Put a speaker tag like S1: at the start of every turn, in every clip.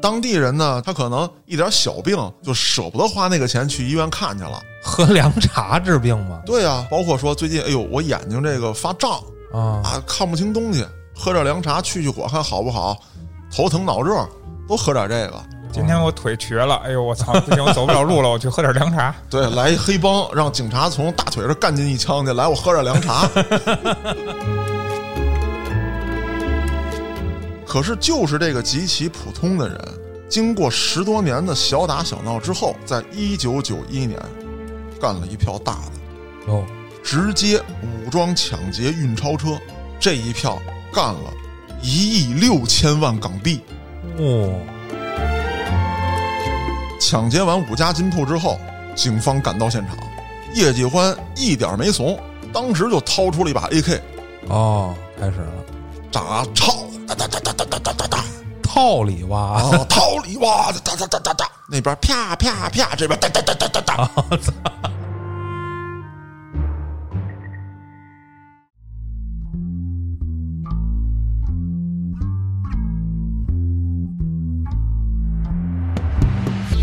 S1: 当地人呢，他可能一点小病就舍不得花那个钱去医院看去了。
S2: 喝凉茶治病 嘛。
S1: 对啊，包括说最近，哎呦，我眼睛这个发胀
S2: 啊，
S1: 啊，看不清东西，喝点凉茶去去火看好不好？头疼脑热，多喝点这个。
S3: 今天我腿瘸了，哎呦我操，不行，我走不了路了，我去喝点凉 茶。
S1: 对，来一黑帮，让警察从大腿上干进一枪去。来，我喝点凉茶。 可是，就是这个极其普通的人，经过十多年的小打小闹之后，在一九九一年干了一票大的，
S2: 哦，
S1: 直接武装抢劫运钞车，这一票干了一亿六千万港币。
S2: 哦，
S1: 抢劫完五家金铺之后，警方赶到现场，叶继欢一点没怂，当时就掏出了一把 AK，
S2: 哦，开始了，
S1: 炸抄，哒哒哒哒哒哒哒哒哒，
S2: 套里挖，
S1: 啊，掏里哇，哒哒哒哒哒，那边啪啪啪，这边哒哒哒哒哒哒。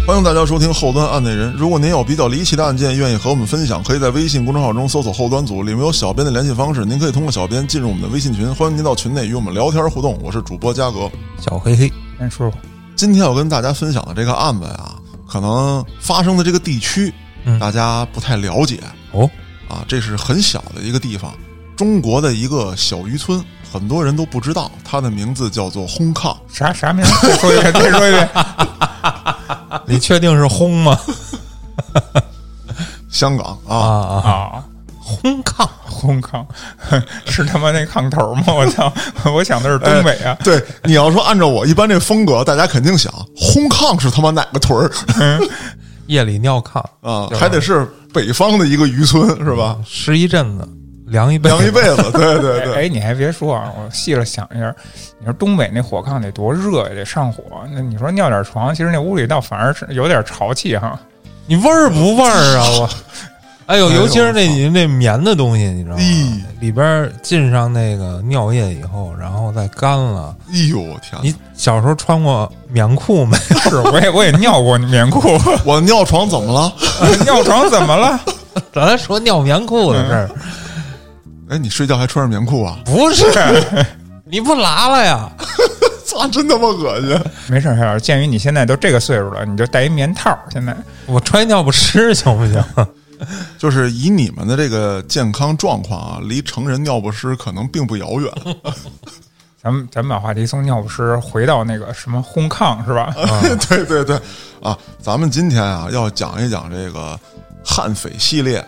S1: 欢迎大家收听《后端案内人》。如果您有比较离奇的案件，愿意和我们分享，可以在微信公众号中搜索“后端组”，里面有小编的联系方式。您可以通过小编进入我们的微信群，欢迎您到群内与我们聊天互动。我是主播嘉哥，
S2: 小黑黑，
S3: 先说，
S1: 今天要跟大家分享的这个案子呀，可能发生的这个地区，
S2: 嗯
S1: 大家不太了解
S2: 哦，
S1: 啊。这是很小的一个地方，中国的一个小渔村，很多人都不知道，它的名字叫做烘炕。
S3: 啥啥名儿？再说一遍，再说一遍。
S2: 你确定是轰 吗？
S1: 香港
S2: 啊
S1: 啊，
S2: 啊，
S3: 啊，
S2: 轰炕，
S3: 烘炕是他妈那炕头吗？我操， 我想的是东北啊。
S1: 对，你要说按照我一般这风格，大家肯定想烘炕是他妈哪个屯 儿
S2: 夜里尿炕，
S1: 啊？还得是北方的一个渔村是吧？
S2: 湿一阵子，凉一辈子，
S1: 凉一辈子，对对对，
S3: 哎，你还别说啊，我细了想一下，你说东北那火炕得多热呀，得上火。那你说尿点床，其实那屋里倒反而是有点潮气 哈。
S2: 你味儿不味儿 啊？我，哎呦，
S1: 哎呦
S2: 尤其是那
S1: 我操
S2: 你那棉的东西，你知道吗
S1: 咦？
S2: 里边儿浸上那个尿液以后，然后再干了。
S1: 哎呦我天哪！
S2: 你小时候穿过棉裤 没？
S3: 是，我也我也尿过 棉裤，
S1: 我尿床怎么了？
S3: 尿床怎么了？
S2: 咱说尿棉裤的事儿，
S1: 嗯哎，你睡觉还穿着棉裤啊？
S2: 不是？你不拉了呀？
S1: 操，真他妈恶心！
S3: 没事儿，小点。鉴于你现在都这个岁数了，你就带一棉套儿。现在
S2: 我穿尿不湿行不行？
S1: 就是以你们的这个健康状况啊，离成人尿不湿可能并不遥远。
S3: 咱们咱们把话题从尿不湿回到那个什么烘炕是
S1: 呃
S3: 吧？
S1: 对对对，啊，咱们今天啊要讲一讲这个悍匪系列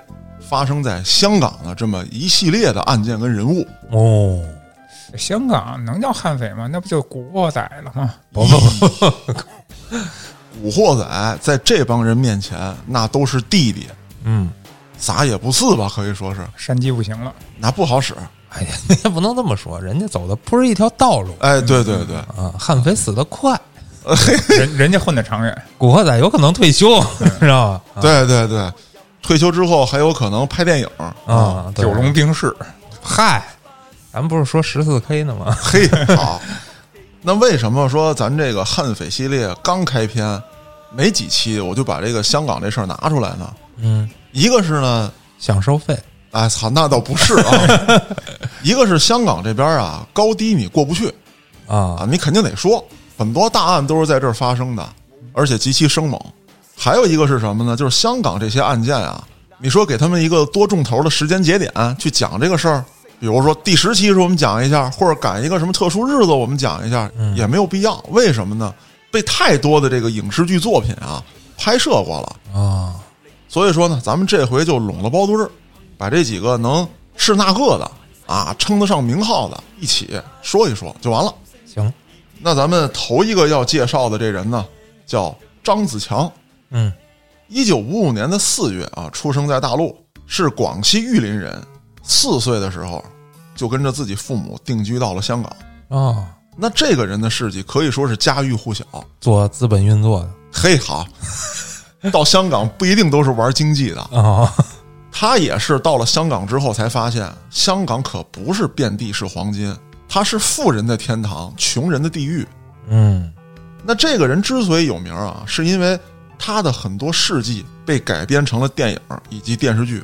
S1: 发生在香港的这么一系列的案件跟人物。
S2: 哦，
S3: 香港能叫悍匪吗？那不就古惑仔了吗？
S2: 不不不，
S1: 古惑仔在这帮人面前那都是弟弟，
S2: 嗯，
S1: 啥也不是吧？可以说是
S3: 山鸡不行了，
S1: 那不好使。
S2: 哎呀，你也不能这么说，人家走的不是一条道路
S1: 哎，对对对，
S2: 啊。悍匪死得快，
S3: 人 人家混得长远。
S2: 古惑仔有可能退休，你知道吧？
S1: 对对对，退休之后还有可能拍电影。
S2: 啊，对
S3: 嗯九龙冰室，
S2: 嗨，咱们不是说十四 K 呢吗？
S1: 嘿， 好。那为什么说咱这个悍匪系列刚开篇没几期，我就把这个香港这事儿拿出来呢？
S2: 嗯，
S1: 一个是呢，
S2: 想收费
S1: 哎操，那倒不是啊。一个是香港这边啊，高低你过不去啊
S2: 啊，，
S1: 你肯定得说，很多大案都是在这儿发生的，而且极其生猛。还有一个是什么呢？就是香港这些案件啊，你说给他们一个多重头的时间节点去讲这个事儿，比如说第十期时候我们讲一下，或者赶一个什么特殊日子我们讲一下，也没有必要。为什么呢？被太多的这个影视剧作品啊拍摄过了，
S2: 啊，
S1: 所以说呢，咱们这回就拢了包堆儿，把这几个能是那个的啊，称得上名号的一起说一说就完了。
S2: 行，
S1: 那咱们头一个要介绍的这人呢，叫张子强。
S2: 嗯，
S1: 一九五五年的四月啊，出生在大陆，是广西玉林人。四岁的时候，就跟着自己父母定居到了香港。
S2: 啊，
S1: 那这个人的事迹可以说是家喻户晓。
S2: 做资本运作的
S1: 嘿，好， 到香港不一定都是玩经济的，
S2: 啊，
S1: 他也是到了香港之后才发现，香港可不是遍地是黄金，它是富人的天堂，穷人的地狱。
S2: 嗯，
S1: 那这个人之所以有名啊，是因为他的很多事迹被改编成了电影以及电视剧，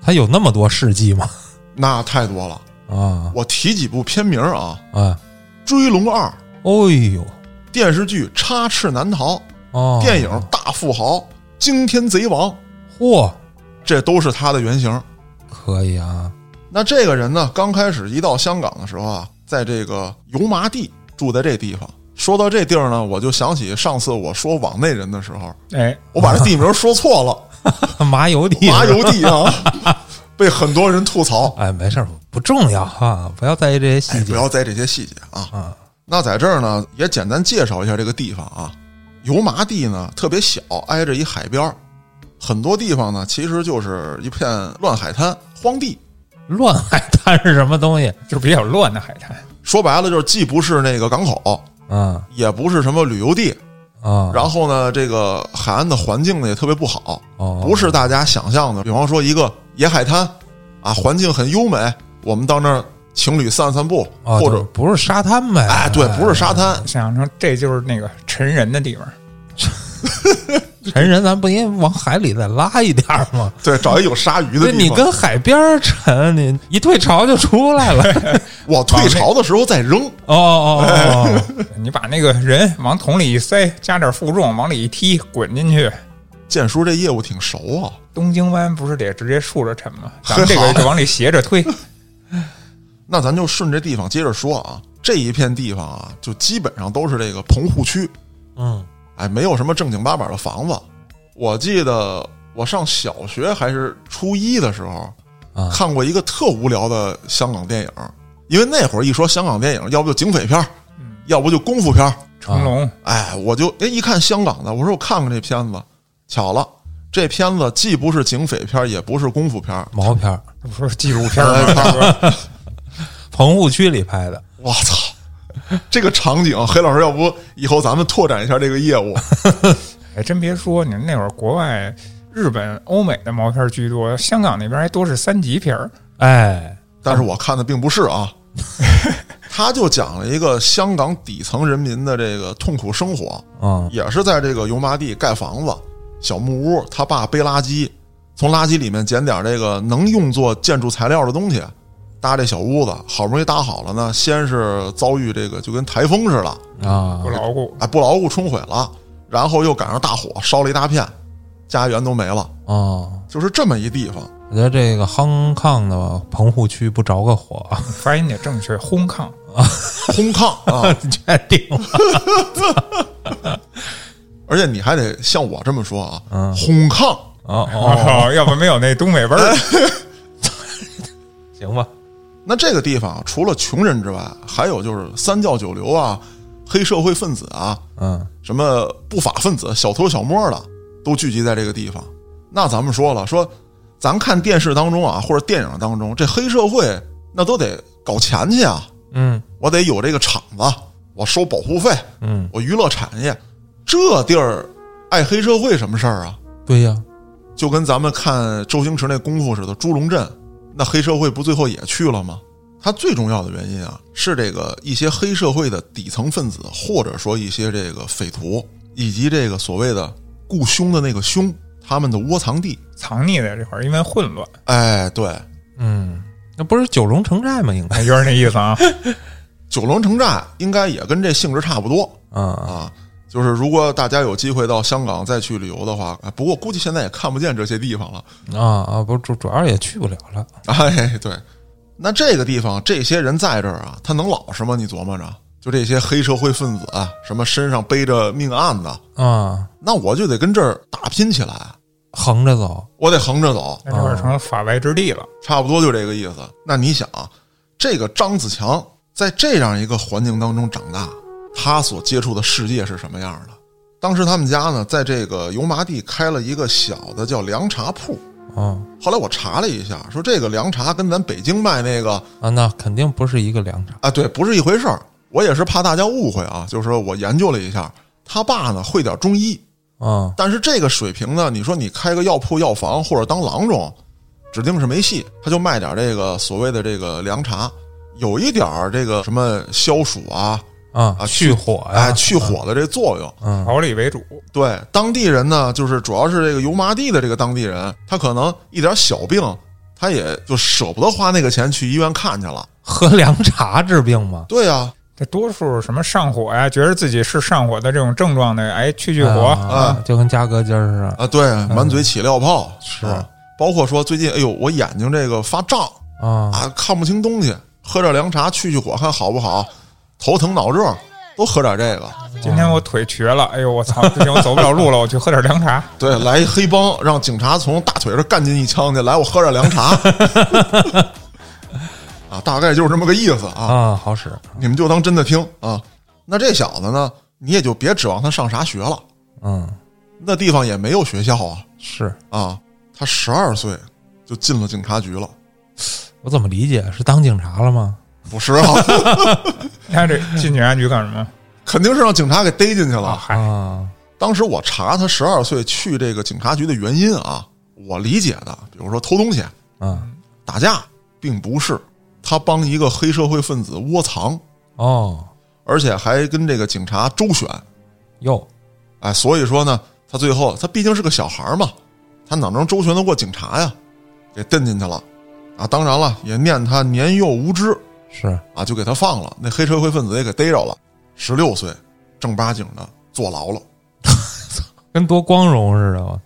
S2: 他有那么多事迹吗？
S1: 那太多了。
S2: 啊
S1: 我提几部片名啊，
S2: 啊，
S1: 《追龙二》
S2: 哦呦，
S1: 电视剧《插翅难逃》，
S2: 哦，
S1: 电影《大富豪》《惊天贼王》，
S2: 嚯，
S1: 这都是他的原型。
S2: 可以啊，
S1: 那这个人呢，刚开始一到香港的时候啊，在这个油麻地住在这地方。说到这地儿呢，我就想起上次我说网内人的时候，
S3: 哎，
S1: 我把这地名说错了，
S2: 麻油 地，
S1: 麻油地啊， 被很多人吐槽。
S2: 哎，没事儿，不重要哈，不要在意这些
S1: 哎
S2: 细，节。
S1: 不要在这些细节啊。
S2: 啊
S1: 那在这儿呢，也简单介绍一下这个地方啊。油麻地呢特别小，挨着一海边儿，很多地方呢其实就是一片乱海滩、荒地。
S2: 乱 海滩是什么东西？
S3: 就比较乱的海滩，
S1: 说白了，就是既不是那个港口，
S2: 啊
S1: 也不是什么旅游地，
S2: 啊，
S1: 然后呢，这个海岸的环境呢也特别不好，
S2: 哦
S1: 不是大家想象的，比方说一个野海滩啊，环境很优美，我们到那儿情侣散散步，
S2: 哦
S1: 或
S2: 就
S1: 者
S2: 不是沙滩呗？
S1: 哎，对，不是沙滩，
S3: 想成这就是那个沉人的地方。
S2: 沉人，咱不应该往海里再拉一点儿吗？
S1: 对，找一有鲨鱼的
S2: 对，
S1: 地
S2: 你
S1: 方，
S2: 跟海边儿沉，你一退潮就出来 了。
S1: 我退潮的时候再扔，
S2: 哦哦
S1: 哎
S2: 哦，
S3: 你把那个人往桶里一塞，加点负重往里一踢，滚进去。
S1: 建叔这业务挺熟啊。
S3: 东京湾不是得直接竖着沉吗？咱们这个就往里斜着推。
S1: 那咱就顺这地方接着说啊，这一片地方啊，就基本上都是这个棚户区，
S2: 嗯
S1: 哎，没有什么正经八百的房子。我记得我上小学还是初一的时候，
S2: 啊
S1: 看过一个特无聊的香港电影，因为那会儿一说香港电影，要不就警匪片儿，
S2: 嗯
S1: 要不就功夫片儿。
S3: 成龙，
S1: 哎，我就哎一看香港的，我说我看看这片子，巧了，这片子既不是警匪片儿，也不是功夫片儿。
S2: 毛片儿，
S3: 这不是纪录片吗？这不是
S2: 棚户区里 拍的，
S1: 我操！这个场景，啊黑老师，要不以后咱们拓展一下这个业务？
S3: 还哎真别说，你那会儿国外、日本、欧美的毛片儿居多，香港那边还多是三级片儿。
S2: 哎，
S1: 但是我看的并不是啊。他就讲了一个香港底层人民的这个痛苦生活，
S2: 嗯
S1: 也是在这个油麻地盖房子，小木屋，他爸背垃圾，从垃圾里面捡点这个能用作建筑材料的东西，搭这小屋子。好不容易搭好了呢，先是遭遇这个就跟台风似的，
S2: 啊
S3: 不，牢固，
S1: 哎，不牢固冲毁了，然后又赶上大火烧了一大片，家园都没了，
S2: 哦，
S1: 就是这么一地方。啊
S2: 我觉得这个 Hong Kong 的棚户区不着个火，
S3: 发音得正确，轰抗。
S1: 空旷啊！
S2: 你确定吗？
S1: 而且你还得像我这么说啊，
S2: 嗯
S1: 轰抗。
S2: 哦哦，
S3: 哦， 要不没有那东北味儿。
S2: 行吧，
S1: 那这个地方啊除了穷人之外，还有就是三教九流啊、黑社会分子啊、
S2: 嗯
S1: 什么不法分子、小偷小摸的，都聚集在这个地方。那咱们说了，说咱看电视当中啊，或者电影当中，这黑社会那都得搞钱去啊，
S2: 嗯
S1: 我得有这个厂子，我收保护费，
S2: 嗯，
S1: 我娱乐产业，这地儿爱黑社会什么事儿啊？
S2: 对呀，
S1: 就跟咱们看周星驰那功夫似的，猪龙镇那黑社会不最后也去了吗？他最重要的原因啊，是这个一些黑社会的底层分子，或者说一些这个匪徒，以及这个所谓的雇凶的那个凶，他们的窝藏地。
S3: 藏匿在这块儿，因为混乱，
S1: 哎，对，
S2: 嗯，那不是九龙城寨吗？应该，
S3: 哎有点那意思啊。
S1: 九龙城寨应该也跟这性质差不多
S2: 嗯
S1: 啊。就是如果大家有机会到香港再去旅游的话，哎不过估计现在也看不见这些地方了。
S2: 啊啊，不是主主要也去不了了，
S1: 哎，对，那这个地方这些人在这儿啊，他能老实吗？你琢磨着，就这些黑社会分子啊，什么身上背着命案子，
S2: 啊，
S1: 那我就得跟这儿打拼起来，
S2: 横着走，
S1: 我得横着走，
S3: 那这块儿成了法外之地了。
S1: 差不多就这个意思。那你想，这个张子强在这样一个环境当中长大，他所接触的世界是什么样的？当时他们家呢，在这个油麻地开了一个小的叫凉茶铺。
S2: 啊
S1: 后来我查了一下，说这个凉茶跟咱北京卖那个
S2: 啊，那肯定不是一个凉茶，
S1: 啊，对，不是一回事儿。我也是怕大家误会啊，就是说我研究了一下，他爸呢会点中医，
S2: 啊
S1: 但是这个水平呢，你说你开个药铺、药房或者当郎中，指定是没戏。他就卖点这个所谓的这个凉茶，有一点儿这个什么消暑啊、
S2: 啊
S1: 啊，
S2: 去火呀，
S1: 哎，去火的这作用。
S2: 嗯
S3: 桃李为主，
S1: 对当地人呢，就是主要是这个油麻地的这个当地人，他可能一点小病，他也就舍不得花那个钱去医院看去了。
S2: 喝凉茶治病嘛，
S1: 对呀、啊，
S3: 这多数什么上火呀，觉得自己是上火的这种症状的，哎，去去火，
S2: 啊，就跟嘉哥今儿似的
S1: 啊对，满嘴起料泡、
S2: 是
S1: 啊包括说最近，哎呦，我眼睛这个发胀
S2: 啊，
S1: 啊，看不清东西，喝点凉茶去去火，看好不好？头疼脑热，都喝点这个。
S3: 今天我腿瘸了，哎呦我操，不行，我走不了路了，我去喝点凉茶。
S1: 对，来一黑帮，让警察从大腿上干进一枪去，来我喝点凉茶。 啊，大概就是这么个意思啊，
S2: 啊，好使，
S1: 你们就当真的听啊。那这小子呢，你也就别指望他上啥学了，
S2: 嗯，
S1: 那地方也没有学校啊
S2: 是
S1: 啊。他十二岁就进了警察局了，
S2: 我怎么理解是当警察了吗？
S1: 不是啊，
S3: 你看这进警察局干什么？
S1: 肯定是让警察给逮进去
S3: 啊，
S1: 了。
S3: 嗨，
S2: 啊，
S1: 当时我查他十二岁去这个警察局的原因啊，我理解的，比如说偷东西、
S2: 嗯，
S1: 打架，并不是他帮一个黑社会分子窝藏。
S2: 哦，
S1: 而且还跟这个警察周旋，
S2: 哟，
S1: 哎，所以说呢，他最后他毕竟是个小孩儿嘛，他哪能周旋得过警察呀？给蹬进去了，啊，当然了，也念他年幼无知
S2: 是
S1: 啊，就给他放了。那黑社会分子也给逮着了，十六岁正八经的坐牢了。
S2: 跟多光荣似的，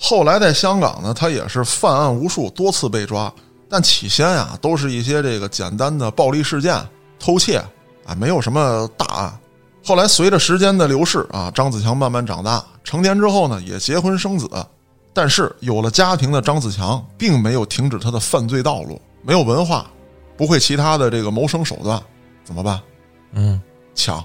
S1: 后来在香港呢，他也是犯案无数，多次被抓，但起先啊，都是一些这个简单的暴力事件、偷窃啊，没有什么大案。后来随着时间的流逝啊，张子强慢慢长大，成年之后呢，也结婚生子，但是有了家庭的张子强，并没有停止他的犯罪道路，没有文化，不会其他的这个谋生手段，怎么办？
S2: 嗯，
S1: 抢！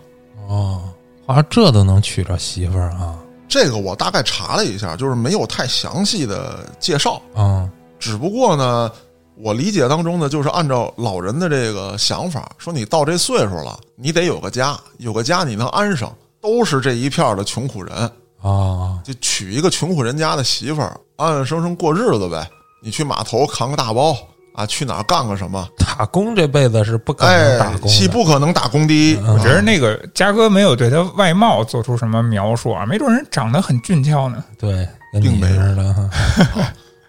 S2: 哦，啊，这都能娶着媳妇儿啊，
S1: 这个我大概查了一下，就是没有太详细的介绍，
S2: 啊，
S1: 只不过呢，我理解当中呢，就是按照老人的这个想法，说你到这岁数了，你得有个家，有个家你能安生。都是这一片儿的穷苦人，
S2: 啊，
S1: 就娶一个穷苦人家的媳妇儿，安安生生过日子呗。你去码头扛个大包啊，去哪儿干个什么？
S2: 打工这辈子是不可
S1: 哎
S2: 能打，工
S1: 岂
S2: 的，
S1: 不可能打工啊第一？
S2: 嗯
S3: 我觉得那个嘉哥没有对他外貌做出什么描述啊，没准人长得很俊俏呢。
S2: 对，跟
S1: 并
S2: 你
S1: 没有
S2: 似的，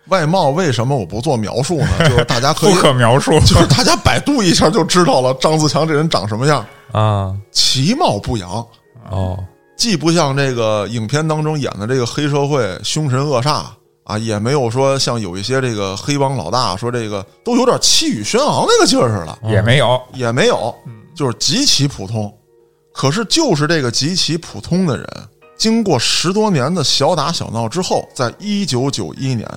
S1: 外貌为什么我不做描述呢？就是大家可以
S3: 不，可描述，
S1: 就是大家百度一下就知道了。张自强这人长什么样，
S2: 啊，
S1: 其貌不扬，
S2: 哦，
S1: 既不像这个影片当中演的这个黑社会凶神恶煞啊，也没有说像有一些这个黑帮老大说这个都有点气宇轩昂那个劲儿似的，
S2: 哦啊
S3: 也没有。
S1: 也没有，就是极其普通。可是就是这个极其普通的人，经过十多年的小打小闹之后，在一九九一年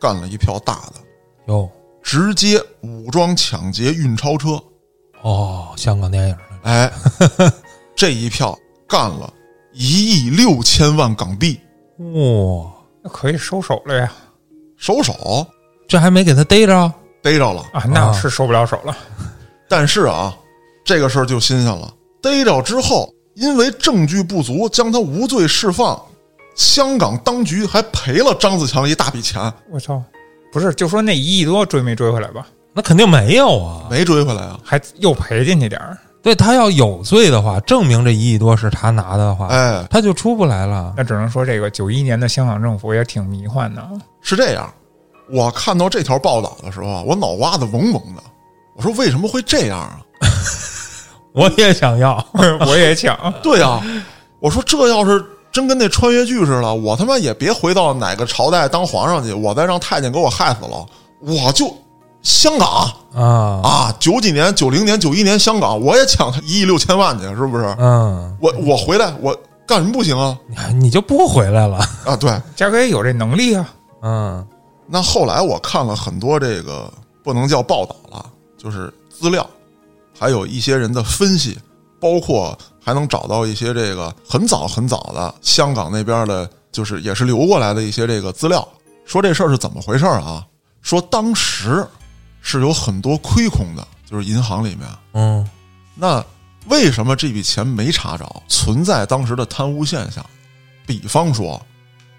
S1: 干了一票大的，
S2: 哟，
S1: 直接武装抢劫运钞车，
S2: 哦，香港电影了，
S1: 哎，这一票干了一亿六千万港币。
S2: 哇、
S3: 那可以收手了呀！
S1: 收手
S2: 这还没给他逮着，
S1: 逮着了。
S3: 啊，那
S2: 啊
S3: 是收不了手了。
S1: 但是啊，这个事儿就新鲜了。逮着之后，因为证据不足，将他无罪释放。香港当局还赔了张子强一大笔钱，
S3: 我操，不是，就说那一亿多追没追回来吧？
S2: 那肯定没有啊。
S1: 没追回来啊！
S3: 还又赔进去点儿，
S2: 对他要有罪的话，证明这一亿多是他拿的话，
S1: 哎，
S2: 他就出不来了。
S3: 那只能说这个九一年的香港政府也挺迷幻的啊。
S1: 是这样。我看到这条报道的时候啊，我脑瓜子嗡嗡的。我说为什么会这样啊？
S2: 我也想要，
S3: 我也 抢，
S1: 对呀、我说这要是真跟那穿越剧似的，我他妈也别回到哪个朝代当皇上去，我再让太监给我害死了，我就香港
S2: 啊，
S1: 啊，九几年、九零年、九一年香港，我也抢他一亿六千万去，是不是？
S2: 嗯，
S1: 我我回来，我干什么不行啊？
S2: 你就不回来了，
S1: 啊，对。
S3: 嘉哥也有这能力啊。
S2: 嗯
S1: 那后来我看了很多这个不能叫报道了，就是资料，还有一些人的分析，包括还能找到一些这个很早很早的香港那边的，就是也是流过来的一些这个资料，说这事儿是怎么回事儿啊？说当时是有很多亏空的，就是银行里面。
S2: 嗯，
S1: 那为什么这笔钱没查着？存在当时的贪污现象。比方说，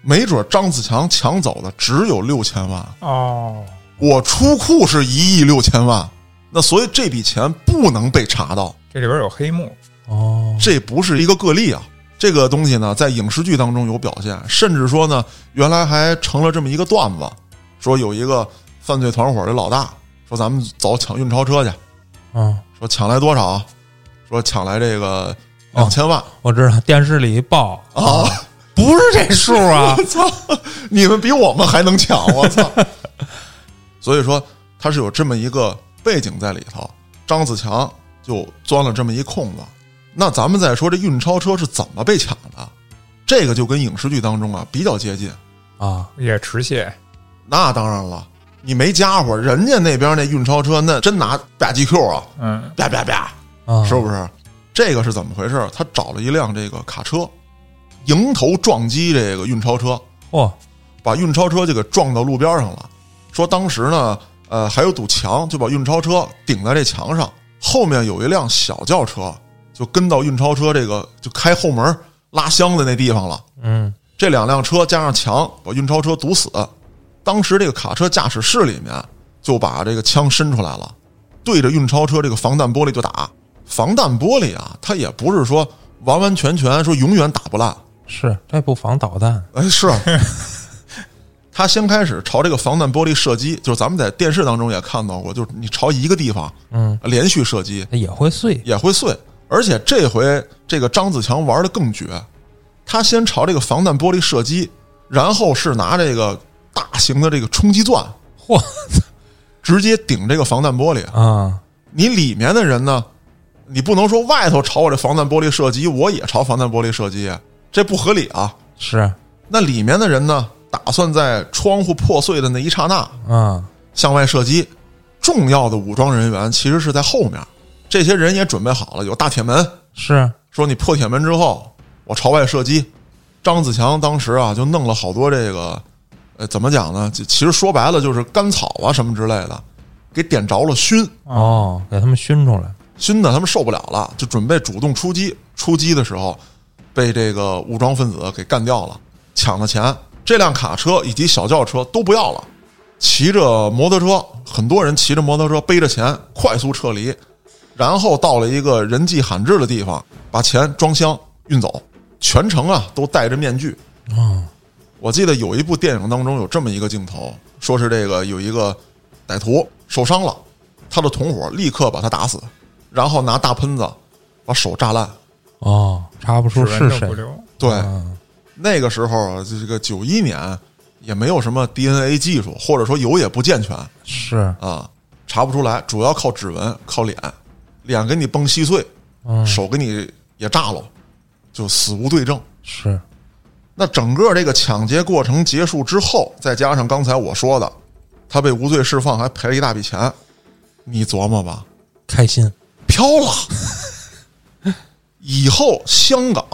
S1: 没准张子强抢走的只有六千万，
S3: 哦，
S1: 我出库是一亿六千万，那所以这笔钱不能被查到。
S3: 这里边有黑幕，
S2: 哦，
S1: 这不是一个个例啊。这个东西呢，在影视剧当中有表现，甚至说呢，原来还成了这么一个段子，说有一个犯罪团伙的老大说咱们走抢运钞车去，
S2: 嗯，
S1: 说抢来多少，啊说抢来这个两千万
S2: 我知道电视里一报
S1: 啊！
S2: 不是这数 啊，
S1: 我操，你们比我们还能抢，我操！ 所以说他是有这么一个背景在里头，张子强就钻了这么一空子。那咱们再说这运钞车是怎么被抢的，这个就跟影视剧当中啊比较接近。
S2: 啊，
S3: 也持械，
S1: 那当然了，你没家伙，人家那边那运钞车那真拿吧唧 Q 啊，
S3: 嗯，
S1: 吧吧吧，
S2: 啊
S1: 是不是？这个是怎么回事？他找了一辆这个卡车，迎头撞击这个运钞车，
S2: 嚯，
S1: 把运钞车就给撞到路边上了。说当时呢，呃，还有堵墙，就把运钞车顶在这墙上。后面有一辆小轿车，就跟到运钞车这个就开后门拉箱子那地方了。
S2: 嗯，
S1: 这两辆车加上墙，把运钞车堵死。当时这个卡车驾驶室里面就把这个枪伸出来了，对着运钞车这个防弹玻璃就打。防弹玻璃啊，它也不是说完完全全说永远打不烂，
S2: 是这不防导弹，
S1: 哎，是。他先开始朝这个防弹玻璃射击，就是咱们在电视当中也看到过，就是你朝一个地方
S2: 嗯，
S1: 连续射击
S2: 它也会碎，
S1: 也会碎。而且这回这个张子强玩的更绝，他先朝这个防弹玻璃射击，然后是拿这个大型的这个冲击钻
S2: 嚯
S1: 直接顶这个防弹玻璃。
S2: 啊，
S1: 你里面的人呢，你不能说外头朝我这防弹玻璃射击，我也朝防弹玻璃射击，这不合理啊。
S2: 是
S1: 那里面的人呢，打算在窗户破碎的那一刹那
S2: 啊，
S1: 向外射击。重要的武装人员其实是在后面，这些人也准备好了，有大铁门，
S2: 是
S1: 说你破铁门之后，我朝外射击。张子强当时啊，就弄了好多这个，呃，怎么讲呢？就其实说白了就是干草啊什么之类的，给点着了熏，
S2: 哦，给他们熏出来，
S1: 熏的他们受不了了，就准备主动出击。出击的时候，被这个武装分子给干掉了，抢了钱。这辆卡车以及小轿车都不要了，骑着摩托车，很多人骑着摩托车背着钱快速撤离，然后到了一个人迹罕至的地方，把钱装箱运走。全程啊都戴着面具。
S2: 哦，
S1: 我记得有一部电影当中有这么一个镜头，说是这个有一个歹徒受伤了，他的同伙立刻把他打死，然后拿大喷子把手炸烂。
S2: 哦，查不出
S3: 指
S2: 是
S3: 纹都
S2: 谁
S3: 不，留，
S1: 对，
S2: 嗯
S1: 那个时候这个九一年也没有什么 DNA 技术，或者说有也不健全
S2: 是，
S1: 啊，查不出来，主要靠指纹、靠脸，脸给你崩稀碎，
S2: 嗯，
S1: 手给你也炸了，就死无对证。
S2: 是，
S1: 那整个这个抢劫过程结束之后，再加上刚才我说的，他被无罪释放，还赔了一大笔钱，你琢磨吧，
S2: 开心，
S1: 飘了。以后香港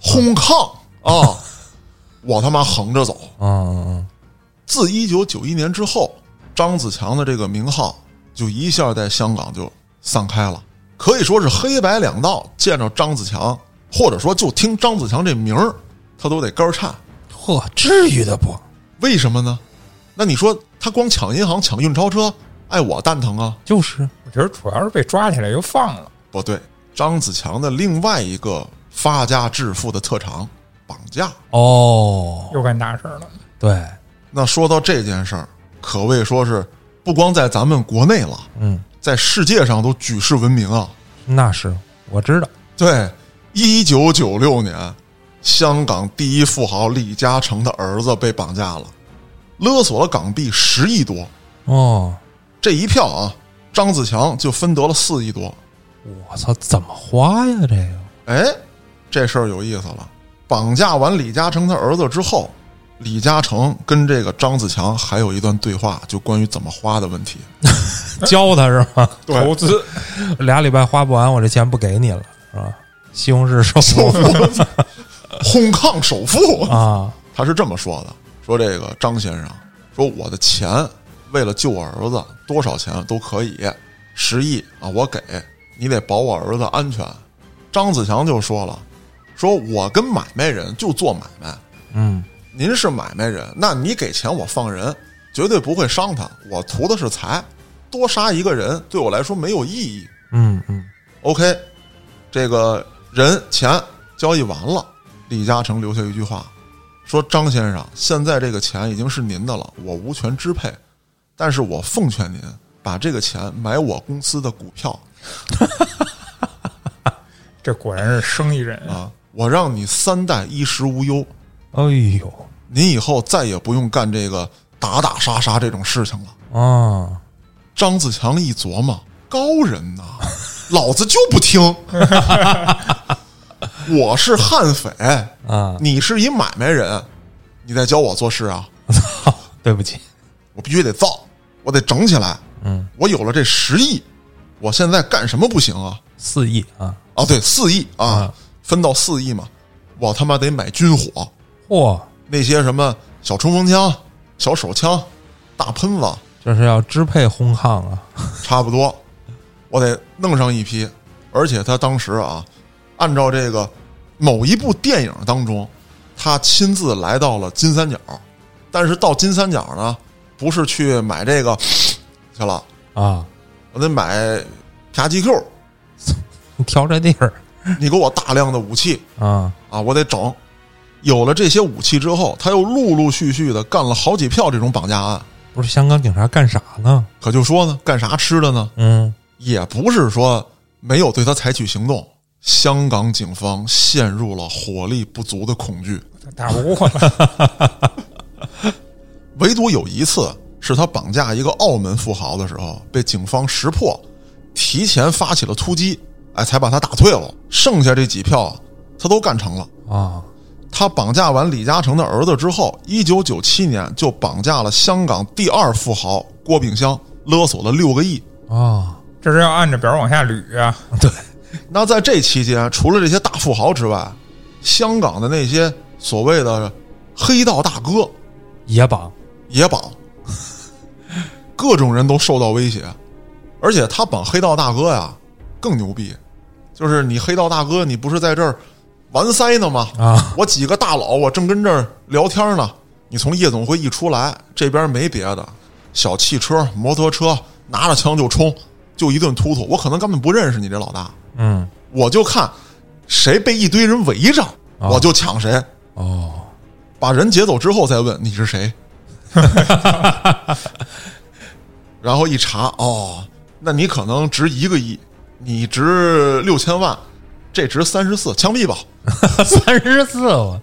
S1: 轰抗
S2: 哦
S1: 啊，我他妈横着走。
S2: 嗯嗯
S1: 自一九九一年之后，张子强的这个名号就一下在香港就散开了，可以说是黑白两道见着张子强，或者说就听张子强这名儿，他都得肝儿颤。
S2: 嗯，嚯，至于的不？
S1: 为什么呢？那你说他光抢银行、抢运钞车，碍我蛋疼啊？
S2: 就是，
S3: 我觉得主要是被抓起来又放了，
S1: 不对，张子强的另外一个发家致富的特长——绑架。
S2: 哦，
S3: 又干大事了。
S2: 对，
S1: 那说到这件事儿，可谓说是不光在咱们国内了，
S2: 嗯，
S1: 在世界上都举世闻名啊。
S2: 那是我知道，
S1: 对，一九九六年，香港第一富豪李嘉诚的儿子被绑架了，勒索了港币十亿多。
S2: 哦，
S1: 这一票啊，张子强就分得了四亿多。
S2: 我操，怎么花呀这个？
S1: 哎，这事儿有意思了。绑架完李嘉诚他儿子之后，李嘉诚跟这个张子强还有一段对话，就关于怎么花的问题。
S2: 教他是吗？
S1: 对
S3: 投资
S2: 俩礼拜花不完，我这钱不给你了，是吧？西红柿首
S1: 首
S2: 富
S1: 富，轰抗首富，
S2: 啊，
S1: 他是这么说的：说这个张先生，说我的钱为了救我儿子，多少钱都可以，十亿啊，我给你得保我儿子安全。张子强就说了，说我跟买卖人就做买卖，
S2: 嗯，
S1: 您是买卖人，那你给钱我放人，绝对不会伤他。我图的是财，多杀一个人对我来说没有意义。
S2: 嗯嗯，
S1: OK，这个人钱交易完了，李嘉诚留下一句话，说：“张先生，现在这个钱已经是您的了，我无权支配，但是我奉劝您把这个钱买我公司的股票
S3: 这果然是生意人
S1: 啊，我让你三代衣食无忧，
S2: 哎呦
S1: 您以后再也不用干这个打打杀杀这种事情了。”
S2: 啊，
S1: 张子强一琢磨，高人呐，老子就不听。 我是悍匪
S2: 啊
S1: 你是一买卖人，你在教我做事啊？
S2: 好，对不起，
S1: 我必须得造，我得整起来。
S2: 嗯，
S1: 我有了这十亿，我现在干什么不行啊？
S2: 四亿啊，
S1: 啊，对，四亿啊，
S2: 啊
S1: 分到四亿嘛，我他妈得买军火，
S2: 嚯，
S1: 那些什么小冲锋枪、小手枪、大喷子，
S2: 这是要支配轰抗啊，
S1: 差不多，我得弄上一批。而且他当时啊，按照这个某一部电影当中，他亲自来到了金三角，但是到金三角呢，不是去买这个 去了，
S2: 啊，
S1: 我得买啪 GQ，
S2: 你挑这地儿
S1: 你给我大量的武器
S2: 啊，
S1: 啊，我得整。有了这些武器之后，他又陆陆续续的干了好几票这种绑架案。
S2: 不是香港警察干啥呢？
S1: 可就说呢，干啥吃的呢？
S2: 嗯，
S1: 也不是说没有对他采取行动。香港警方陷入了火力不足的恐惧，
S3: 打不过了，
S1: 唯独有一次是他绑架一个澳门富豪的时候，被警方识破，提前发起了突击，哎，才把他打退了。剩下这几票他都干成了。
S2: 啊，
S1: 他绑架完李嘉诚的儿子之后，一九九七年就绑架了香港第二富豪郭炳湘，勒索了六个亿。
S2: 啊，
S3: 这是要按着表往下捋 啊。
S2: 对，
S1: 那在这期间，除了这些大富豪之外，香港的那些所谓的黑道大哥、
S2: 野榜
S1: 野绑，各种人都受到威胁。而且他绑黑道大哥呀，更牛逼，就是你黑道大哥，你不是在这儿玩塞呢吗？
S2: 啊，
S1: 我几个大佬，我正跟这儿聊天呢。你从夜总会一出来，这边没别的，小汽车、摩托车，拿着枪就冲，就一顿突突。我可能根本不认识你这老大，
S2: 嗯，
S1: 我就看谁被一堆人围着，我就抢谁，
S2: 哦，
S1: 把人劫走之后再问你是谁。然后一查，哦，那你可能值一个亿，你值六千万，这值三十四，枪毙吧，
S2: 三十四，我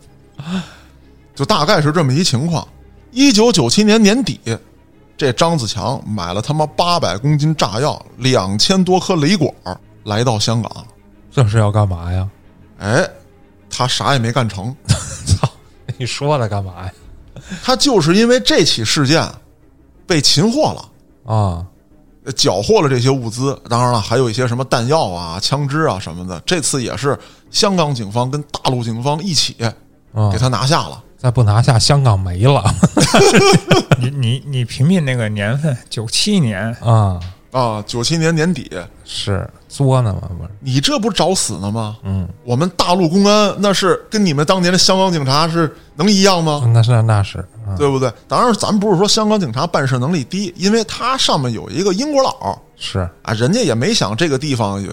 S1: 就大概是这么一情况。一九九七年年底，这张子强买了他妈八百公斤炸药，两千多颗雷管儿，来到香港，
S2: 这是要干嘛呀？
S1: 哎，他啥也没干成，
S2: 操，你说他干嘛呀？
S1: 他就是因为这起事件被擒获了，
S2: 啊，
S1: 呃缴获了这些物资。当然了，还有一些什么弹药啊、枪支啊什么的。这次也是香港警方跟大陆警方一起
S2: 啊
S1: 给他拿下了。
S2: 再不拿下，香港没了
S3: 你你你品品那个年份，九七年，
S2: 啊！
S1: 啊，九七年年底，
S2: 是作呢嘛，不是？
S1: 你这不找死呢吗？
S2: 嗯，
S1: 我们大陆公安那是跟你们当年的香港警察是能一样吗？
S2: 那是那是，嗯，
S1: 对不对？当然，咱们不是说香港警察办事能力低，因为他上面有一个英国佬，
S2: 是
S1: 啊，人家也没想这个地方有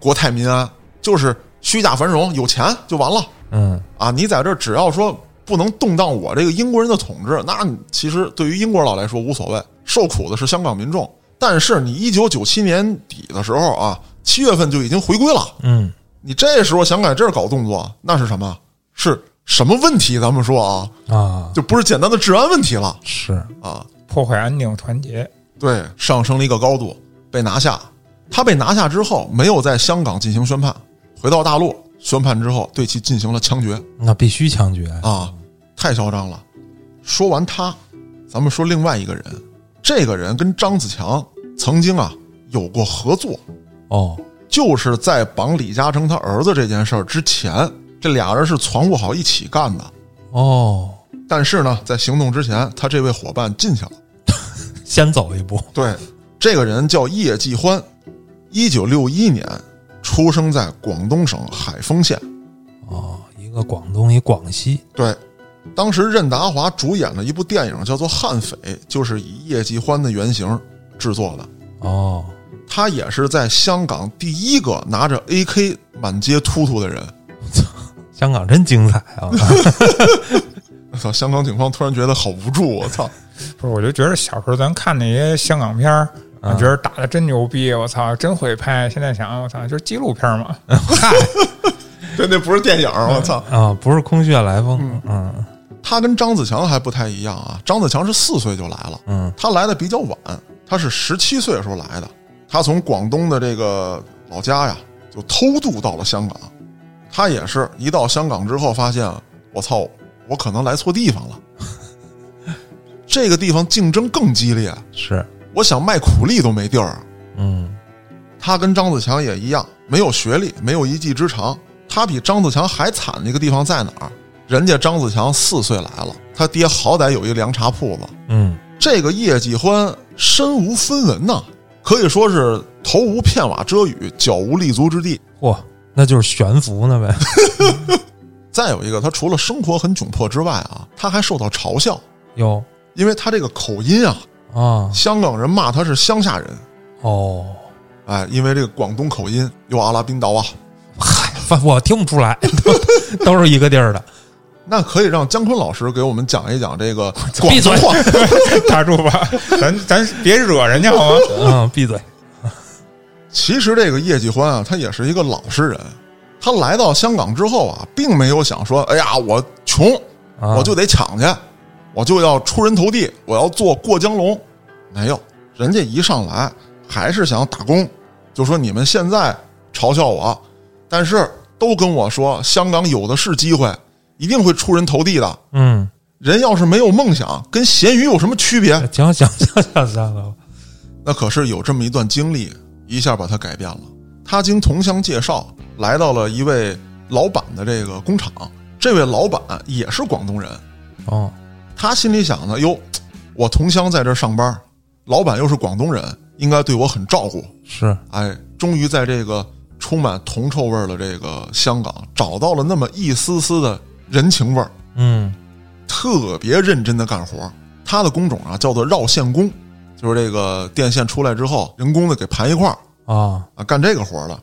S1: 国泰民安，就是虚假繁荣，有钱就完了
S2: 嗯，
S1: 啊！你在这儿只要说不能动荡我这个英国人的统治，那你其实对于英国佬来说无所谓，受苦的是香港民众。但是你一九九七年底的时候啊，七月份就已经回归了，
S2: 嗯，
S1: 你这时候想在这儿搞动作，那是什么？是什么问题？咱们说啊，
S2: 啊，
S1: 就不是简单的治安问题了
S2: 是
S1: 啊！
S3: 破坏安定团结，
S1: 对，上升了一个高度，被拿下。他被拿下之后，没有在香港进行宣判，回到大陆宣判之后，对其进行了枪决
S2: 那必须枪决
S1: 啊，太嚣张了。说完他，咱们说另外一个人，这个人跟张子强曾经啊有过合作，
S2: 哦，
S1: 就是在绑李嘉诚他儿子这件事儿之前，这俩人是床不好一起干的。
S2: 哦，
S1: 但是呢，在行动之前，他这位伙伴进去了。
S2: 先走一步
S1: 对，这个人叫叶继欢，一九六一年出生在广东省海丰县。
S2: 哦，一个广东，一广西，
S1: 对，当时任达华主演了一部电影叫做《悍匪》，就是以叶继欢的原型制作的。
S2: 哦，
S1: 他也是在香港第一个拿着 AK 满街突突的人。
S2: 香港真精彩啊！
S1: 我操！香港警方突然觉得好无助，我操！
S3: 不是，我就觉得小时候咱看那些香港片儿，
S1: 啊
S3: 我觉得打的真牛逼，我操，真会拍。现在想，我操，就是纪录片 嘛。
S1: 对，那不是电影儿，我操！
S2: 啊，不是空穴来风，嗯
S1: 他跟张子强还不太一样啊，张子强是四岁就来了，
S2: 嗯，
S1: 他来的比较晚，他是十七岁的时候来的，他从广东的这个老家呀，就偷渡到了香港。他也是一到香港之后，发现我操，我可能来错地方了。这个地方竞争更激烈，
S2: 是，
S1: 我想卖苦力都没地儿。
S2: 嗯
S1: 他跟张子强也一样，没有学历，没有一技之长。他比张子强还惨的一个地方在哪儿？人家张子强四岁来了，他爹好歹有一凉茶铺子，
S2: 嗯，
S1: 这个叶继欢身无分文呐、可以说是头无片瓦遮雨，脚无立足之地。
S2: 嚯，那就是悬浮呢呗，
S1: 再有一个，他除了生活很窘迫之外啊，他还受到嘲笑，
S2: 哟
S1: 因为他这个口音啊，
S2: 啊，
S1: 香港人骂他是乡下人，
S2: 哦，
S1: 哎，因为这个广东口音有阿拉宾岛啊，
S2: 嗨，反我听不出来，都都是一个地儿的，
S1: 那可以让姜昆老师给我们讲一讲这个广东话。
S3: 打住吧，咱咱别惹人家 好吗？
S2: 嗯，闭嘴，
S1: 其实这个叶继欢啊，他也是一个老实人，他来到香港之后啊，并没有想说，哎呀，我穷，
S2: 啊
S1: 我就得抢去，我就要出人头地，我要做过江龙。没有，人家一上来还是想打工，就说你们现在嘲笑我，但是都跟我说香港有的是机会，一定会出人头地的。
S2: 嗯，哎
S1: 人要是没有梦想，跟咸鱼有什么区别？
S2: 行行行行行了，
S1: 那可是有这么一段经历，一下把他改变了。他经同乡介绍，来到了一位老板的这个工厂。这位老板也是广东人，
S2: 哦，
S1: 他心里想呢，哟，我同乡在这儿上班，老板又是广东人，应该对我很照顾。
S2: 是，
S1: 哎，终于在这个充满铜臭味儿的这个香港，找到了那么一丝丝的人情味儿，
S2: 嗯
S1: 特别认真的干活。他的工种啊，叫做绕线工，就是这个电线出来之后，人工的给盘一块儿，
S2: 啊，
S1: 啊，干这个活儿的，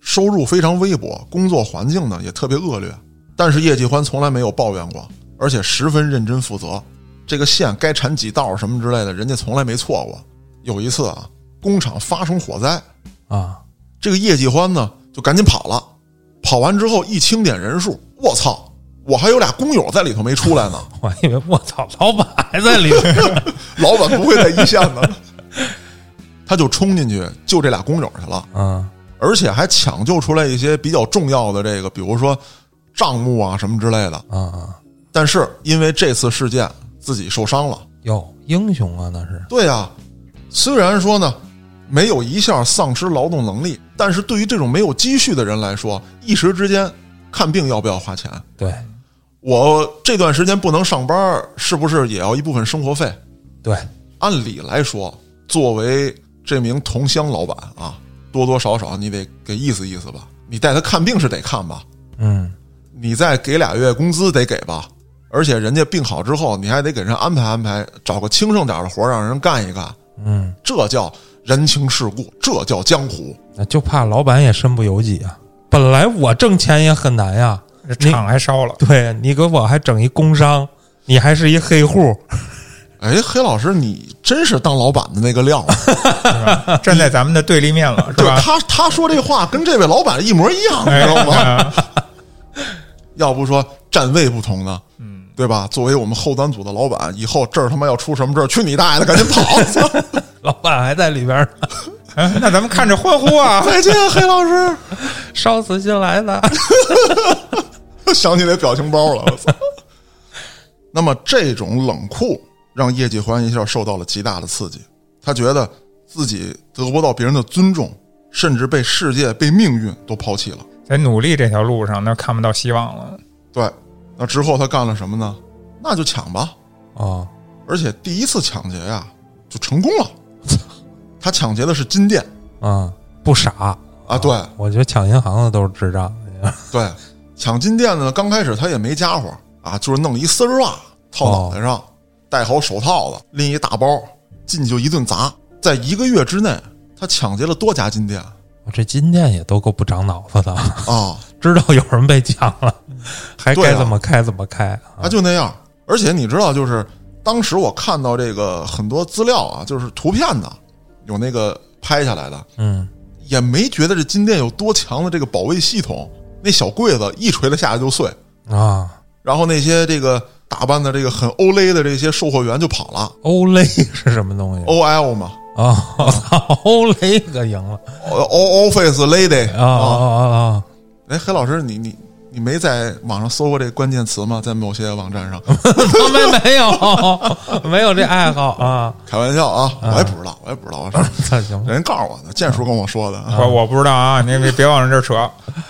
S1: 收入非常微薄，工作环境呢也特别恶劣。但是叶继欢从来没有抱怨过，而且十分认真负责。这个线该铲几道什么之类的，人家从来没错过。有一次啊，工厂发生火灾，
S2: 啊，
S1: 这个叶继欢呢就赶紧跑了。跑完之后一清点人数，我操，我还有俩工友在里头没出来呢。
S2: 我还以为我操，老板还在里面，
S1: 老板不会在一线呢， 他就冲进去救这俩工友去了。
S2: 嗯
S1: 而且还抢救出来一些比较重要的这个，比如说账目啊什么之类的。
S2: 啊啊，
S1: 但是因为这次事件，自己受伤了。
S2: 哟，英雄啊，那是，
S1: 对啊，虽然说呢，没有一下丧失劳动能力，但是对于这种没有积蓄的人来说，一时之间看病要不要花钱？
S2: 对
S1: 我这段时间不能上班，是不是也要一部分生活费？
S2: 对，
S1: 按理来说，作为这名同乡老板啊，多多少少你得给意思意思吧。你带他看病是得看吧，
S2: 嗯
S1: 你再给俩月工资得给吧，而且人家病好之后，你还得给人安排安排，找个轻省点儿的活儿让人干一干，
S2: 嗯，
S1: 这叫人情世故，这叫江湖。
S2: 那就怕老板也身不由己啊。本来我挣钱也很难呀，
S3: 这厂还烧了，
S2: 对你给我还整一工伤，你还是一黑户，
S1: 哎，黑老师，你真是当老板的那个料啊，
S3: 是吧站在咱们的 对立 面了，是
S1: 就
S3: 吧？
S1: 他他说这话跟这位老板一模一样，你
S3: 哎
S1: 知道吗？
S3: 啊
S1: 要不说站位不同呢，嗯，对吧？作为我们后端组的老板，以后这儿他妈要出什么事儿，去你大爷的，赶紧跑！
S2: 老板还在里边呢，
S3: 哎那咱们看着欢呼啊！
S1: 再见，黑老师。
S2: 烧死新来的。
S1: 想起来表情包了。我操！那么这种冷酷让叶继欢一下受到了极大的刺激，他觉得自己得不到别人的尊重，甚至被世界、被命运都抛弃了。
S3: 在努力这条路上，那看不到希望了。
S1: 对，那之后他干了什么呢？那就抢吧，
S2: 哦，
S1: 而且第一次抢劫呀、就成功了。 他抢劫的是金店
S2: 嗯，不傻，
S1: 啊，对
S2: 我觉得抢银行的都是智障。
S1: 对，抢金店呢，刚开始他也没家伙啊，就是弄了一丝儿袜套脑袋上，戴好手套子，拎一大包进去就一顿砸。在一个月之内，他抢劫了多家金店，
S2: 这金店也都够不长脑子的，
S1: 啊，
S2: 知道有人被抢了，还
S1: 对
S2: 该
S1: 啊
S2: 怎么开怎么开啊
S1: 他就那样。而且你知道，就是当时我看到这个很多资料啊，就是图片的，有那个拍下来的，
S2: 嗯，
S1: 也没觉得这金店有多强的这个保卫系统。那小柜子一锤子下来就碎，
S2: 啊，
S1: 然后那些这个打扮的这个很欧勒的这些售货员就跑了。
S2: 欧 雷是什么东西？
S1: O L 嘛
S2: 哦，我操，欧 雷可赢了
S1: ，O O Office Lady
S2: 啊啊啊啊！
S1: 哎，黑老师，你你你没在网上搜过这个关键词吗？在某些网站上，
S2: 他们 没有没有这爱好 啊，
S1: 开玩笑啊，我也不知道，我也不知道，我是
S2: 操行吧，
S1: 人告诉我的，建叔跟我说的，啊
S3: 我我不知道啊，你别别往这儿扯，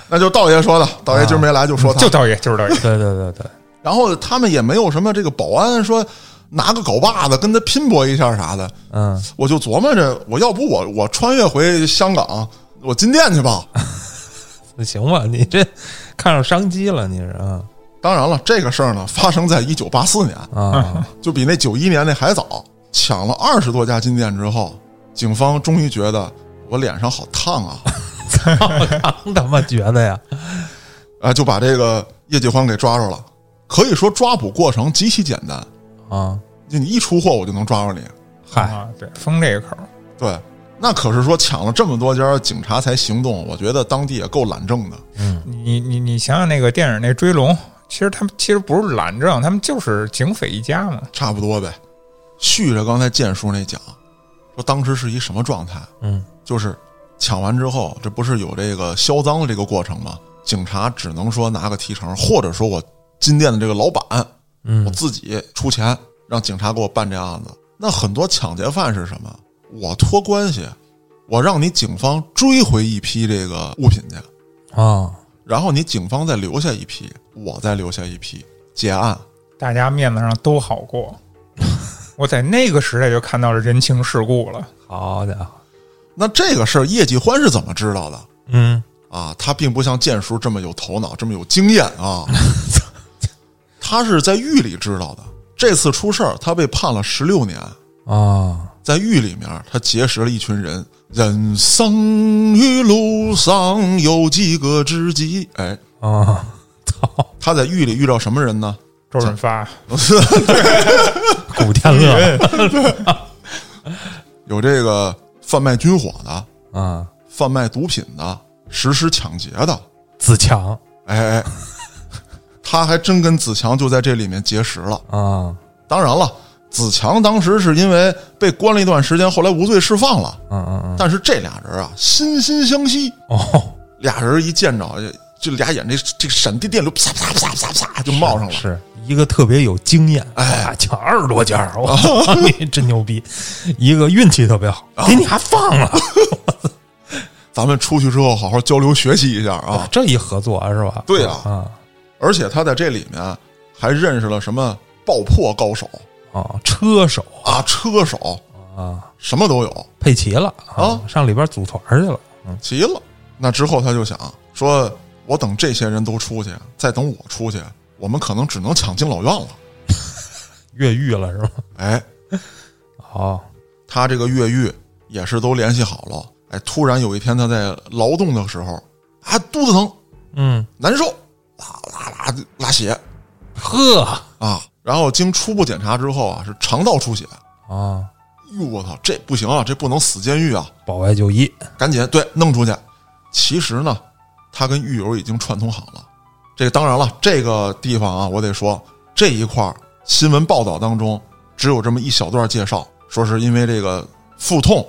S1: 那就道爷说的，道爷今儿没来啊就说他。
S3: 就道爷就是道爷，
S2: 对对对对，
S1: 然后他们也没有什么这个保安说拿个镐把子跟他拼搏一下啥的，
S2: 嗯，
S1: 我就琢磨着，我要不我我穿越回香港，我进店去吧。
S2: 行吧，你这看上商机了，你是啊
S1: 当然了，这个事儿呢发生在一九八四年，
S3: 嗯
S2: 啊，
S1: 就比那九一年那还早。抢了二十多家金店之后，警方终于觉得我脸上好烫啊，
S2: 嗯刚他妈觉得呀，
S1: 啊，就把这个叶继欢给抓住了。可以说抓捕过程极其简单，
S2: 啊，
S1: 就你一出货我就能抓住你。
S2: 嗨，
S3: 啊，对，封这个口儿，
S1: 对，那可是说抢了这么多家，警察才行动。我觉得当地也够懒政的。
S3: 你你你想想那个电影那追龙，其实他们其实不是懒政，他们就是警匪一家嘛。
S1: 差不多呗。续着刚才建叔那讲，说当时是一什么状态？
S2: 嗯，
S1: 就是抢完之后，这不是有这个销赃的这个过程吗？警察只能说拿个提成，或者说我金店的这个老板，
S2: 嗯
S1: 我自己出钱让警察给我办这案子。那很多抢劫犯是什么？我托关系，我让你警方追回一批这个物品去，
S2: 啊，
S1: 然后你警方再留下一批，我再留下一批结案。
S3: 大家面子上都好过。 我在那个时代就看到了人情世故了，
S2: 好家伙，
S1: 那这个事儿，叶继欢是怎么知道的？
S2: 嗯，
S1: 啊，他并不像剑叔这么有头脑，这么有经验啊。他是在狱里知道的。这次出事儿，他被判了十六年，
S2: 啊，
S1: 在狱里面，他结识了一群人。人生于路上有几个知己？哎，
S2: 啊，操，
S1: 他在狱里遇到什么人呢？
S3: 周润发
S2: 古天
S1: 哎
S2: 乐
S1: 有这个贩卖军火的，
S2: 啊，
S1: 贩卖毒品的，实施抢劫的。
S2: 自强
S1: 哎 哎，他还真跟子强就在这里面结识了。
S2: 啊
S1: 当然了，子强当时是因为被关了一段时间，后来无罪释放了。
S2: 嗯嗯嗯，
S1: 但是这俩人啊，惺惺相惜，
S2: 哦，
S1: 俩人一见着就就俩眼这这个闪电电流，啪啪啪啪啪啪就冒上了。
S2: 是一个特别有经验，哎，抢二十多家儿，我操，
S1: 哦
S2: 你真牛逼！一个运气特别好，给你还放了，
S1: 咱们出去之后好好交流学习一下啊！
S2: 这一合作是吧？
S1: 对啊
S2: 啊，
S1: 而且他在这里面还认识了什么爆破高手
S2: 哦，车手
S1: 啊、车手，
S2: 啊，
S1: 什么都有，
S2: 配齐了啊
S1: 啊，
S2: 上里边组团去了，嗯
S1: 急了。那之后他就想说，我等这些人都出去，再等我出去，我们可能只能抢敬老院了。
S2: 越狱了 是吧？
S1: 哎，
S2: 哦，
S1: 他这个越狱也是都联系好了。哎，突然有一天他在劳动的时候，啊，肚子疼，
S2: 嗯，
S1: 难受，啦啦啦拉血
S2: 呵
S1: 啊，然后经初步检查之后啊，是肠道出血。
S2: 啊，
S1: 哟，我操，这不行啊，这不能死监狱啊，
S2: 保外就医
S1: 赶紧对弄出去。其实呢，他跟狱友已经串通好了。这个当然了，这个地方啊，我得说这一块儿新闻报道当中只有这么一小段介绍，说是因为这个腹痛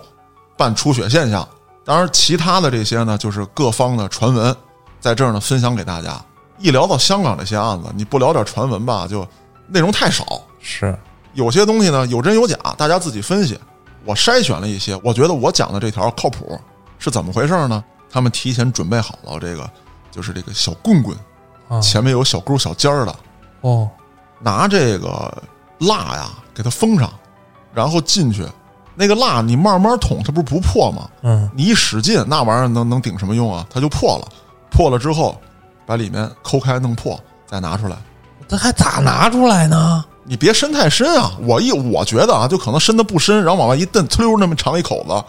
S1: 伴出血现象。当然，其他的这些呢，就是各方的传闻，在这儿呢分享给大家。一聊到香港这些案子，你不聊点传闻吧，就内容太少。
S2: 是
S1: 有些东西呢有真有假，大家自己分析。我筛选了一些，我觉得我讲的这条靠谱，是怎么回事呢？他们提前准备好了这个，就是这个小棍棍，
S2: 啊，
S1: 前面有小钩小尖儿的，
S2: 哦，
S1: 拿这个蜡呀给它封上，然后进去。那个蜡你慢慢捅，它不是不破吗？
S2: 嗯，
S1: 你一使劲，那玩意儿能能顶什么用啊？它就破了。破了之后，把里面抠开弄破，再拿出来。
S2: 这还咋拿出来呢？
S1: 你别伸太深啊！我一我觉得啊，就可能伸的不深，然后往外一蹬，呲溜那么长一口子，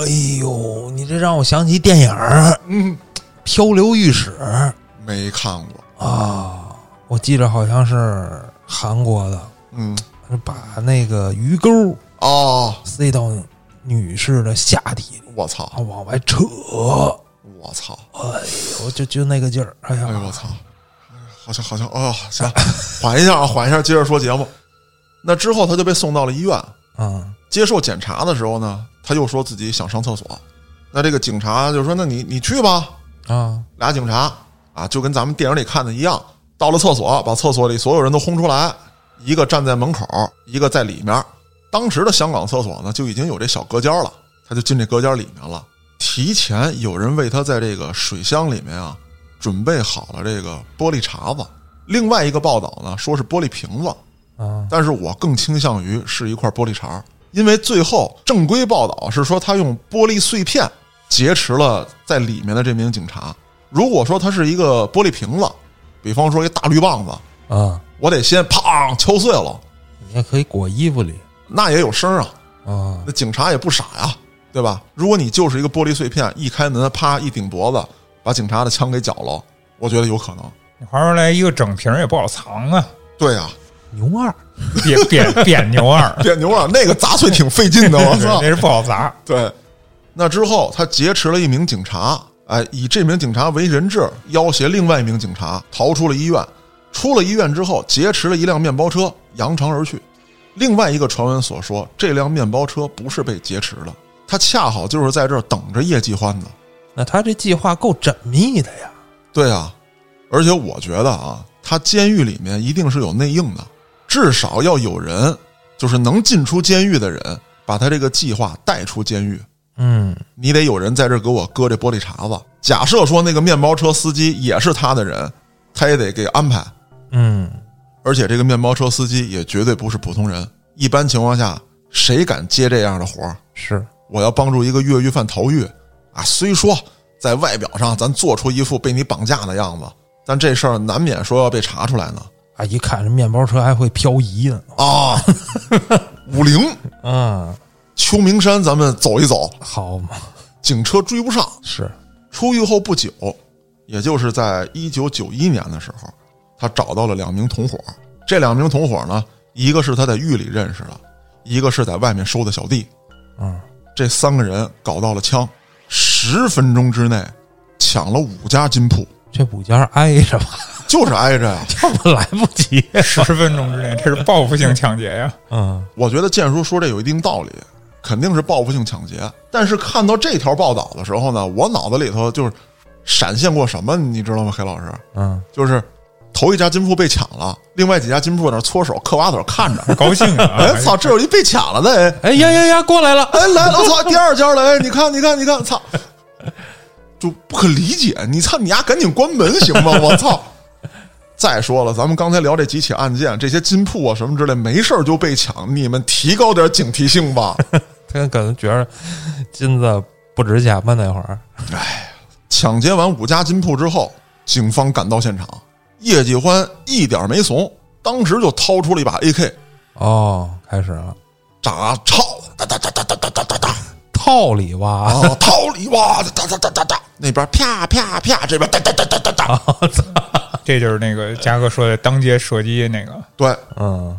S2: 哎呦，你这让我想起电影儿
S1: 嗯，
S2: 《漂流浴室》
S1: 没看过，
S2: 啊，我记着好像是韩国的，
S1: 嗯，
S2: 把那个鱼钩
S1: 哦，
S2: 塞到女士的下体里，
S1: 我操
S2: 啊，，往外扯，
S1: 我操，
S2: 我就就那个劲儿，哎呀，
S1: 哎呦我操，好像好像，哦，行，缓一下啊，缓一下，接着说节目。那之后他就被送到了医院，
S2: 嗯
S1: 接受检查的时候呢，他又说自己想上厕所。那这个警察就说：“那你你去吧。
S2: 啊”
S1: 俩警察啊，就跟咱们电影里看的一样，到了厕所，把厕所里所有人都轰出来，一个站在门口，一个在里面。当时的香港厕所呢，就已经有这小隔间了，他就进这隔间里面了。提前有人为他在这个水箱里面啊，准备好了这个玻璃碴子。另外一个报道呢，说是玻璃瓶子，
S2: 啊
S1: 但是我更倾向于是一块玻璃碴儿，因为最后正规报道是说他用玻璃碎片劫持了在里面的这名警察。如果说他是一个玻璃瓶子，比方说一大绿棒子，
S2: 啊，
S1: 我得先砰敲碎了，
S2: 你也可以裹衣服里
S1: 那也有声儿啊，
S2: 啊
S1: 那警察也不傻呀，对吧？如果你就是一个玻璃碎片，一开门啪一顶脖子，把警察的枪给绞了，我觉得有可能。
S3: 你划出来一个整瓶儿也不好藏啊，
S1: 对呀、
S2: 牛二
S3: 扁扁扁牛二，
S1: 别牛啊，那个砸碎挺费劲的， 我
S3: 对
S1: 操
S3: 那！是不好砸。
S1: 对，那之后他劫持了一名警察，哎，以这名警察为人质，要挟另外一名警察逃出了医院。出了医院之后，劫持了一辆面包车，扬长而去。另外一个传闻所说，这辆面包车不是被劫持的，他恰好就是在这儿等着叶继欢的。
S2: 那他这计划够缜密的呀，
S1: 对啊，而且我觉得啊，他监狱里面一定是有内应的，至少要有人，就是能进出监狱的人，把他这个计划带出监狱。
S2: 嗯
S1: 你得有人在这儿给我搁这玻璃碴子。假设说那个面包车司机也是他的人，他也得给安排。
S2: 嗯，
S1: 而且这个面包车司机也绝对不是普通人，一般情况下谁敢接这样的活儿？
S2: 是
S1: 我要帮助一个越狱犯逃狱啊！虽说在外表上咱做出一副被你绑架的样子，但这事儿难免说要被查出来呢。
S2: 啊，一看这面包车还会漂移呢，
S1: 啊， 武陵、
S2: 啊，
S1: 秋名山，咱们走一走，
S2: 好嘛，
S1: 警车追不上。
S2: 是
S1: 出狱后不久，也就是在一九九一年的时候，他找到了两名同伙。这两名同伙呢，一个是他在狱里认识的，一个是在外面收的小弟。
S2: 嗯，
S1: 这三个人搞到了枪，十分钟之内抢了五家金铺，
S2: 这补间挨 着吧，
S1: 就是挨着呀、
S2: 要不来不及，
S3: 十分钟之内，这是报复性抢劫呀！
S2: 嗯
S1: 我觉得建叔说这有一定道理，肯定是报复性抢劫。但是看到这条报道的时候呢，我脑子里头就是闪现过什么，你知道吗，黑老师？
S2: 嗯，
S1: 就是头一家金铺被抢了，另外几家金铺在那儿搓手嗑瓜子儿看着。
S3: 高兴啊！
S1: 哎，操，这有一被抢了的，哎，
S2: 哎呀呀呀，过来了，
S1: 哎来了，我操，第二家了，哎，你看，你看，你看，操，就不可理解，你操，你丫赶紧关门行吗？我操！再说了，咱们刚才聊这几起案件，这些金铺啊什么之类，没事儿就被抢，你们提高点警惕性吧。
S2: 他可能觉得金子不值钱吧那会儿，
S1: 抢劫完五家金铺之后，警方赶到现场，叶继欢一点没怂，当时就掏出了一把 AK，
S2: 哦，开始了，
S1: 炸操，哒哒哒哒哒哒哒哒哒，
S2: 套里挖，
S1: 啊，掏里哇，哒哒哒哒哒，那边啪啪啪，这边哒哒哒哒哒哒，
S3: 这就是那个嘉哥说的当街射击那个，
S1: 对，
S2: 嗯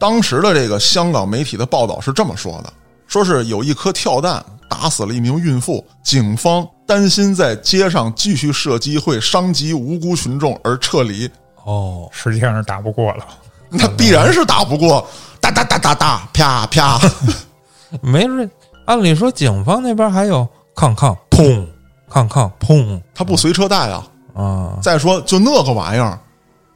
S1: 当时的这个香港媒体的报道是这么说的：说是有一颗跳弹打死了一名孕妇，警方担心在街上继续射击会伤及无辜群众而撤离，
S2: 哦，
S3: 实际上是打不过了。
S1: 那必然是打不过，哒哒哒哒哒，啪 啪，
S2: 没准按理说警方那边还有抗抗砰抗抗砰
S1: 他不随车带啊。
S2: 啊，
S1: 再说就那个玩意儿，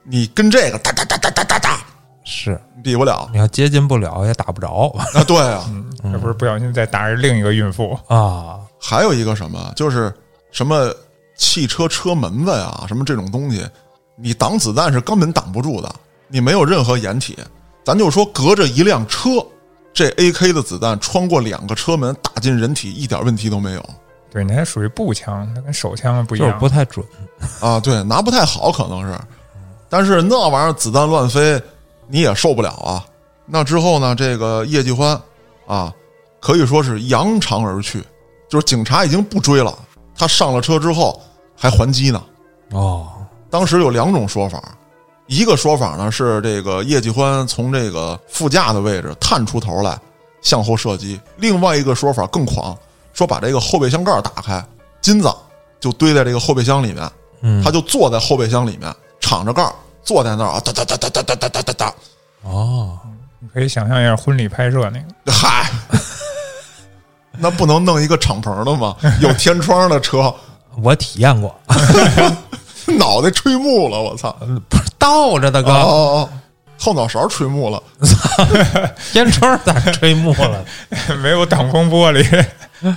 S1: 你跟这个哒哒哒哒哒哒哒
S2: 是
S1: 比不了
S2: 你要接近不了也打不着
S1: 啊！对啊，
S3: 这不是不小心再打着另一个孕妇，
S2: 啊，
S1: 还有一个什么，就是什么汽车车门子呀，什么这种东西，你挡子弹是根本挡不住的，你没有任何掩体。咱就说隔着一辆车，这 AK 的子弹穿过两个车门打进人体，一点问题都没有
S3: 对，那还属于步枪，它跟手枪不 一
S2: 就是
S3: 样
S2: 不。太准，
S1: 啊！对，拿不太好可能是，但是那玩意儿子弹乱飞，你也受不了啊。那之后呢，这个叶继欢啊，可以说是扬长而去，就是警察已经不追了，他上了车之后还还击呢。
S2: 哦，
S1: 当时有两种说法，一个说法呢是这个叶继欢从这个副驾的位置探出头来向后射击，另外一个说法更狂，说把这个后备箱盖打开，金子就堆在这个后备箱里面，
S2: 嗯，
S1: 他就坐在后备箱里面，敞着盖儿坐在那儿啊，哒哒哒哒哒哒哒哒哒哒，
S2: 哦，
S3: 你可以想象一下婚礼拍摄那个，
S1: 嗨，那不能弄一个敞篷的吗？有天窗的车，
S2: 我体验过，
S1: 脑袋吹木了，我操！
S2: 不是倒着的
S1: 哦
S2: 哥，
S1: 哦哦，后脑勺吹木了，
S2: 烟圈咋吹木了？
S3: 没有挡风玻璃，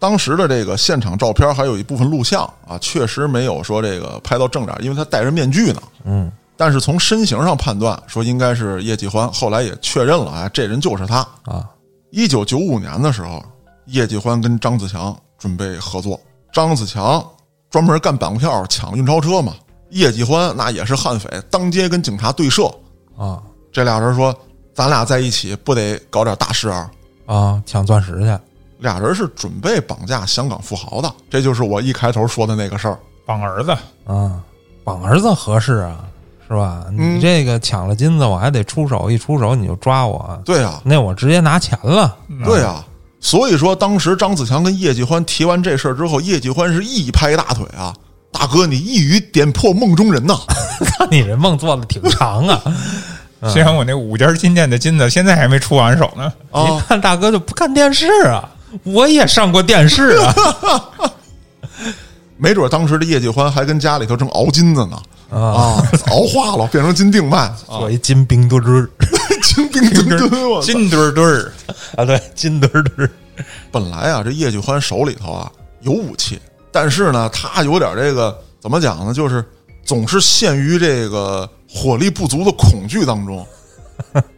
S1: 当时的这个现场照片还有一部分录像啊，确实没有说这个拍到正脸，因为他戴着面具呢。
S2: 嗯，
S1: 但是从身形上判断，说应该是叶继欢，后来也确认了，哎，这人就是他。
S2: 啊，
S1: 一九九五年的时候，叶继欢跟张子强准备合作，张子强专门干板票抢运钞车嘛，叶继欢那也是悍匪，当街跟警察对射。
S2: 啊
S1: 这俩人说：“咱俩在一起不得搞点大事儿？”
S2: 啊，抢钻石去，
S1: 俩人是准备绑架香港富豪的，这就是我一开头说的那个事儿。
S3: 绑儿子，
S2: 啊，绑儿子合适啊，是吧？
S1: 嗯
S2: 你这个抢了金子，我还得出手，一出手你就抓我，
S1: 对啊，
S2: 那我直接拿钱了。
S1: 对啊。所以说，当时张子强跟叶继欢提完这事儿之后，叶继欢是一拍大腿啊，大哥，你一语点破梦中人呐！
S2: 看 你这梦做的挺长啊，
S3: 虽然我那五家金店的金子现在还没出完手呢，
S1: 哦啊
S2: 你看大哥就不看电视啊，我也上过电视啊。
S1: 没准当时的叶继欢还跟家里头正熬金子呢，
S2: 啊，
S1: 啊， 熬化了，变成金锭 卖，
S2: 做一金冰墩儿
S1: 金锭墩墩。我操
S3: 金墩儿墩儿，
S2: 啊，对，金墩儿墩儿
S1: 本来啊，这叶继欢手里头啊有武器，但是呢，他有点这个怎么讲呢，就是总是陷于这个火力不足的恐惧当 中。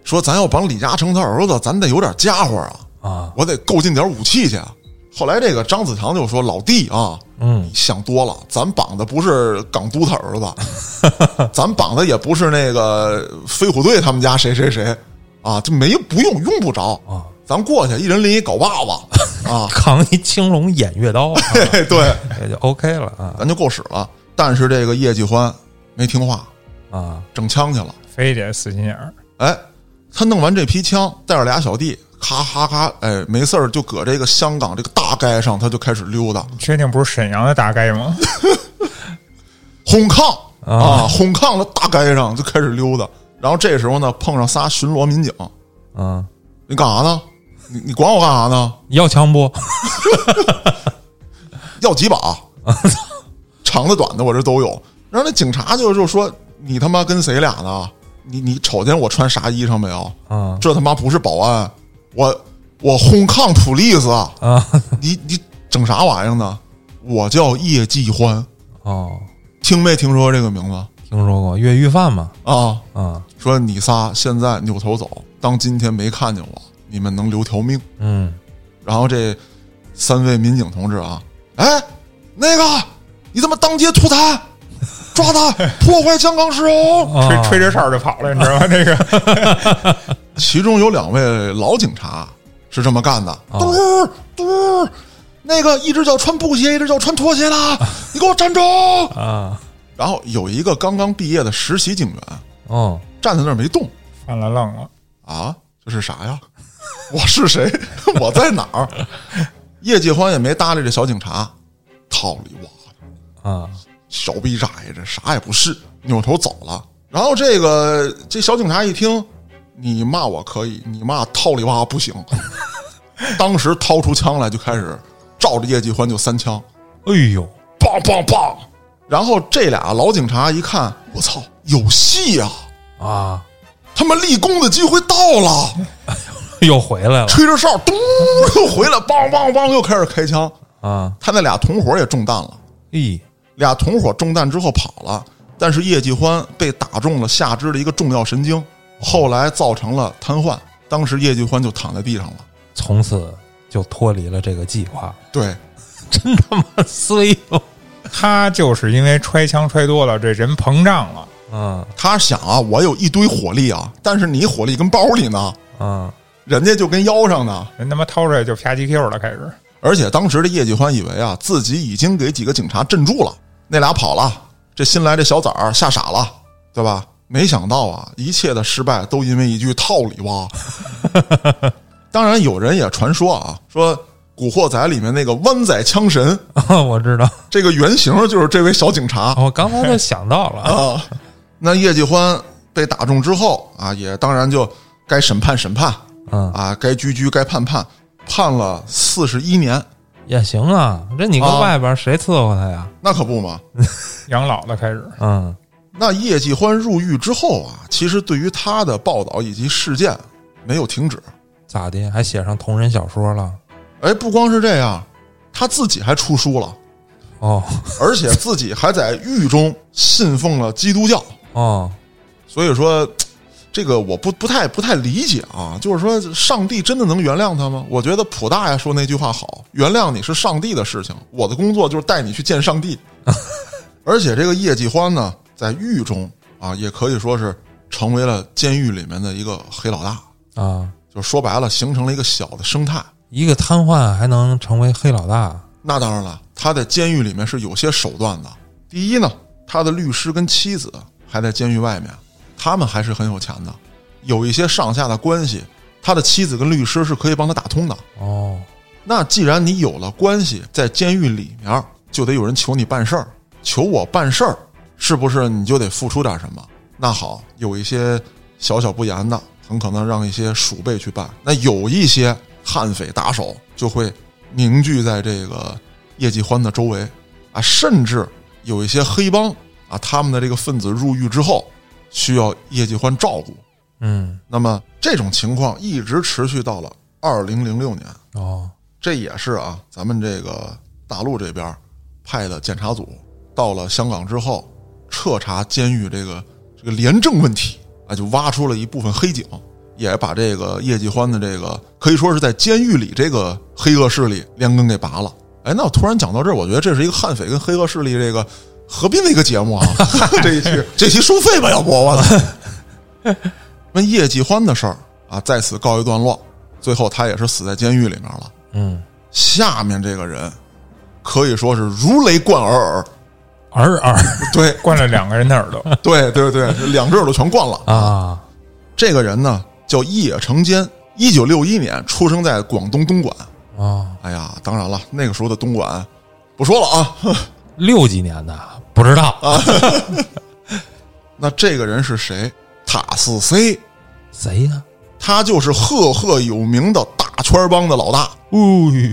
S1: 说咱要绑李嘉诚他儿子，咱得有点家伙啊，
S2: 啊，
S1: 我得购进点武器去啊。后来这个张子强就说：“老弟啊，
S2: 嗯
S1: 你想多了，咱绑的不是港督他儿子， 咱绑的也不是那个飞虎队他们家谁谁谁啊，这没不用用不着
S2: 啊，
S1: 咱过去一人拎一镐把子啊，
S2: 扛一青龙偃月 刀、啊
S1: 嘿 对，
S2: 也就 OK 了啊
S1: 咱就够使了。但是这个叶继欢没听话，
S2: 啊，
S1: 整枪去了。
S3: 非得死心眼儿，
S1: 哎，他弄完这批枪，带着俩小弟，咔咔咔，哎，没事儿就搁这个香港这个大街上，他就开始溜达，
S3: 确定不是沈阳的大概吗？
S1: 轰抗
S2: 啊
S1: 啊，轰抗的大街上就开始溜达。然后这时候呢，碰上仨巡逻民警，
S2: 嗯，
S1: 你干啥呢？你你管我干啥呢？
S2: 要枪不？
S1: 要几把？长的短的我这都有。然后那警察就就说：“你他妈跟谁俩呢？你你瞅见我穿啥衣裳没有？
S2: 啊
S1: 这他妈不是保安，我我轰抗普利斯，
S2: 啊
S1: 你你整啥玩意儿呢？我叫叶继欢，
S2: 哦，
S1: 听没听说这个名字
S2: 听说过越狱犯嘛？
S1: 啊？
S2: 啊
S1: 说你仨现在扭头走，当今天没看见我，你们能留条命。”
S2: 嗯
S1: 然后这三位民警同志啊，哎，那个你怎么当街吐痰？抓他，破坏香港市哦容！
S2: 啊
S3: 吹吹着哨儿就跑了，你知道吗？那个
S1: 其中有两位老警察是这么干的，嘟儿嘟儿，那个一只脚穿布鞋，一只脚穿拖鞋的，你给我站住！
S2: 啊
S1: 然后有一个刚刚毕业的实习警员
S2: 哦
S1: 站在那儿没动
S3: 犯了愣了，
S1: 啊，这是啥呀？我是谁？我在哪儿？叶继欢也没搭理这小警察，套里哇
S2: 啊
S1: 小逼崽子，啥也不是，扭头走了。然后这个这小警察一听，你骂我可以，你骂套里哇不行。 当时掏出枪来就开始照着叶继欢就三枪，
S2: 哎呦
S1: 梆梆梆。然后这俩老警察一看，我操，有戏啊！
S2: 啊
S1: 他们立功的机会到了，
S2: 又回来了
S1: 吹着哨，咚又回来，梆梆梆又开始开枪。
S2: 啊！哎
S1: 他那俩同伙也中弹了。
S2: 咦
S1: 俩同伙中弹之后跑了，但是叶继欢被打中了下肢的一个重要神经，后来造成了瘫痪。当时叶继欢就躺在地上了。
S2: 从此就脱离了这个计划，
S1: 对，
S2: 真他 妈衰哟！
S3: 他就是因为揣枪揣多了，这人膨胀了，
S2: 嗯
S1: 他想啊，我有一堆火力啊，但是你火力跟包里呢，
S2: 嗯
S1: 人家就跟腰上呢。
S3: 人他妈掏出来就啪叽 Q 了，开始
S1: 而且当时的叶继欢以为啊自己已经给几个警察镇住了，那俩跑了，这新来这小崽儿吓傻了，对吧？没想到啊，一切的失败都因为一句套里哇。当然，有人也传说啊，说《古惑仔》里面那个湾仔枪神，
S2: 啊我知道，
S1: 这个原型就是这位小警察
S2: 我刚才就想到 了，
S1: 啊。那叶继欢被打中之后啊，也当然就该审判审判
S2: 嗯，
S1: 啊，该拘拘该判判，判了四十一年，
S2: 也行啊。这你
S1: 啊
S2: 搁外边谁伺候他呀？
S1: 那可不嘛。
S3: 养老的开始，
S2: 嗯，
S1: 那叶继欢入狱之后啊，其实对于他的报道以及事件没有停止。
S2: 咋的？还写上同人小说了？
S1: 哎，不光是这样，他自己还出书了，
S2: 哦
S1: 而且自己还在狱中信奉了基督教。
S2: 哦，
S1: 所以说，这个我不不太不太理解啊，就是说，上帝真的能原谅他吗？我觉得普大爷说那句话好，原谅你是上帝的事情，我的工作就是带你去见上帝。而且这个叶继欢呢，在狱中啊，也可以说是成为了监狱里面的一个黑老大，
S2: 啊，
S1: 就说白了，形成了一个小的生态。
S2: 一个瘫痪还能成为黑老大？
S1: 那当然了，他在监狱里面是有些手段的。第一呢，他的律师跟妻子还在监狱外面，他们还是很有钱的，有一些上下的关系，他的妻子跟律师是可以帮他打通的。
S2: 哦，
S1: 那既然你有了关系，在监狱里面就得有人求你办事儿，求我办事儿，是不是你就得付出点什么？那好，有一些小小不严的，很可能让一些鼠辈去办；那有一些悍匪打手就会凝聚在这个叶继欢的周围啊，甚至有一些黑帮啊，他们的这个分子入狱之后，需要叶继欢照顾。
S2: 嗯，
S1: 那么这种情况一直持续到了二零零六年。
S2: 哦，
S1: 这也是啊，咱们这个大陆这边派的检查组到了香港之后，彻查监狱这个这个廉政问题啊，就挖出了一部分黑警，也把这个叶继欢的这个可以说是在监狱里这个黑恶势力连根给拔了。哎，那我突然讲到这儿，我觉得这是一个悍匪跟黑恶势力这个合并的一个节目啊， 这一期这期收费吧，要不我操。 那叶继欢的事儿啊，在此告一段落，最后他也是死在监狱里面了。
S2: 嗯，
S1: 下面这个人可以说是如雷贯耳耳，
S2: 尔尔
S1: 对
S3: 灌了两个人的耳朵，
S1: 对对对，两只耳朵全灌了。
S2: 啊，
S1: 这个人呢叫叶成坚，一九六一年出生在广东东莞。
S2: 哦，
S1: 哎呀，当然了，那个时候的东莞不说了啊。
S2: 六几年的不知道，
S1: 那这个人是谁？塔斯 C，
S2: 谁呀？
S1: 他就是赫赫有名的大圈帮的老大。
S2: 哎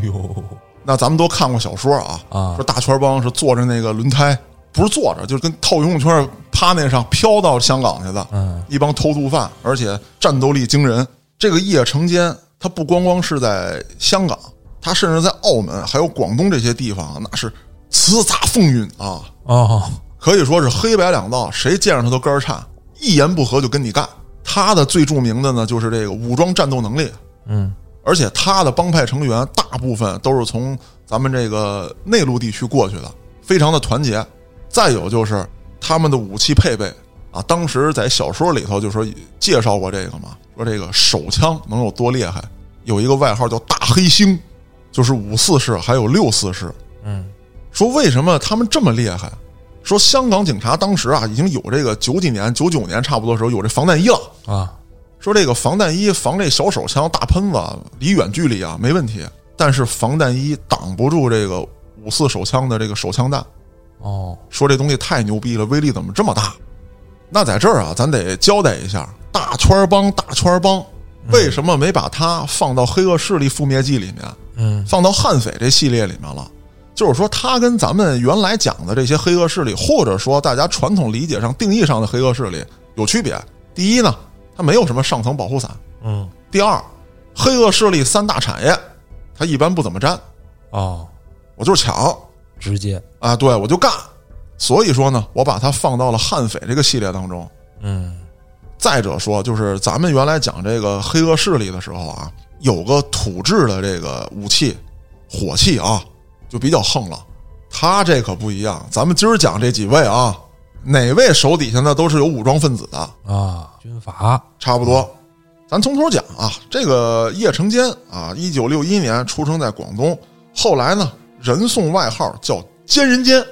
S2: 呦，
S1: 那咱们都看过小说啊，
S2: 啊
S1: 说大圈帮是坐着那个轮胎，不是坐着，就是跟套游泳圈趴那上飘到香港去的，
S2: 嗯，
S1: 一帮偷渡犯，而且战斗力惊人。这个叶成坚，他不光光是在香港，他甚至在澳门还有广东这些地方，那是叱咤风云啊，
S2: 哦，
S1: 可以说是黑白两道，谁见着他都肝儿颤，一言不合就跟你干。他的最著名的呢，就是这个武装战斗能力，
S2: 嗯，
S1: 而且他的帮派成员大部分都是从咱们这个内陆地区过去的，非常的团结。再有就是他们的武器配备啊，当时在小说里头就说介绍过这个嘛，说这个手枪能有多厉害，有一个外号叫大黑星，就是五四式还有六四式。
S2: 嗯，
S1: 说为什么他们这么厉害？说香港警察当时啊已经有这个九几年、九九年差不多的时候有这防弹衣了。
S2: 啊，
S1: 说这个防弹衣防这小手枪、大喷子，啊离远距离啊没问题，但是防弹衣挡不住这个五四手枪的这个手枪弹。
S2: 哦，
S1: 说这东西太牛逼了，威力怎么这么大？那在这儿啊，咱得交代一下，大圈帮大圈帮为什么没把它放到黑恶势力覆灭记里面，
S2: 嗯，
S1: 放到悍匪这系列里面了？就是说，它跟咱们原来讲的这些黑恶势力，或者说大家传统理解上定义上的黑恶势力有区别。第一呢，它没有什么上层保护伞；
S2: 嗯，
S1: 第二，黑恶势力三大产业，它一般不怎么沾，
S2: 哦，
S1: 我就是抢，
S2: 直接，
S1: 啊，对我就干。所以说呢，我把它放到了悍匪这个系列当中。
S2: 嗯，
S1: 再者说，就是咱们原来讲这个黑恶势力的时候啊，有个土制的这个武器，火器啊，就比较横了。他这可不一样，咱们今儿讲这几位啊，哪位手底下呢都是有武装分子的，
S2: 啊，军阀，
S1: 差不多。咱从头讲啊，这个叶成坚啊，一九六一年出生在广东，后来呢，人送外号叫“奸人奸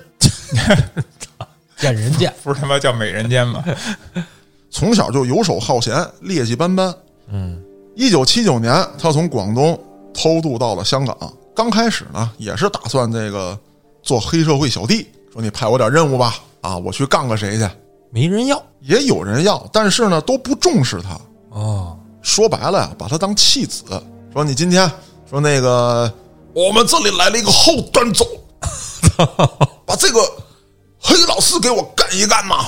S2: 见人见，
S3: 不是他妈叫美人尖吗？”，
S1: 从小就游手好闲，劣迹斑斑。
S2: 嗯，
S1: 一九七九年，他从广东偷渡到了香港。刚开始呢，也是打算这个做黑社会小弟，说你派我点任务吧，啊，我去干个谁去。
S2: 没人要
S1: 也有人要，但是呢，都不重视他。
S2: 哦，
S1: 说白了呀，把他当弃子。说你今天说那个，我们这里来了一个后端组，把这个黑老四给我干一干嘛，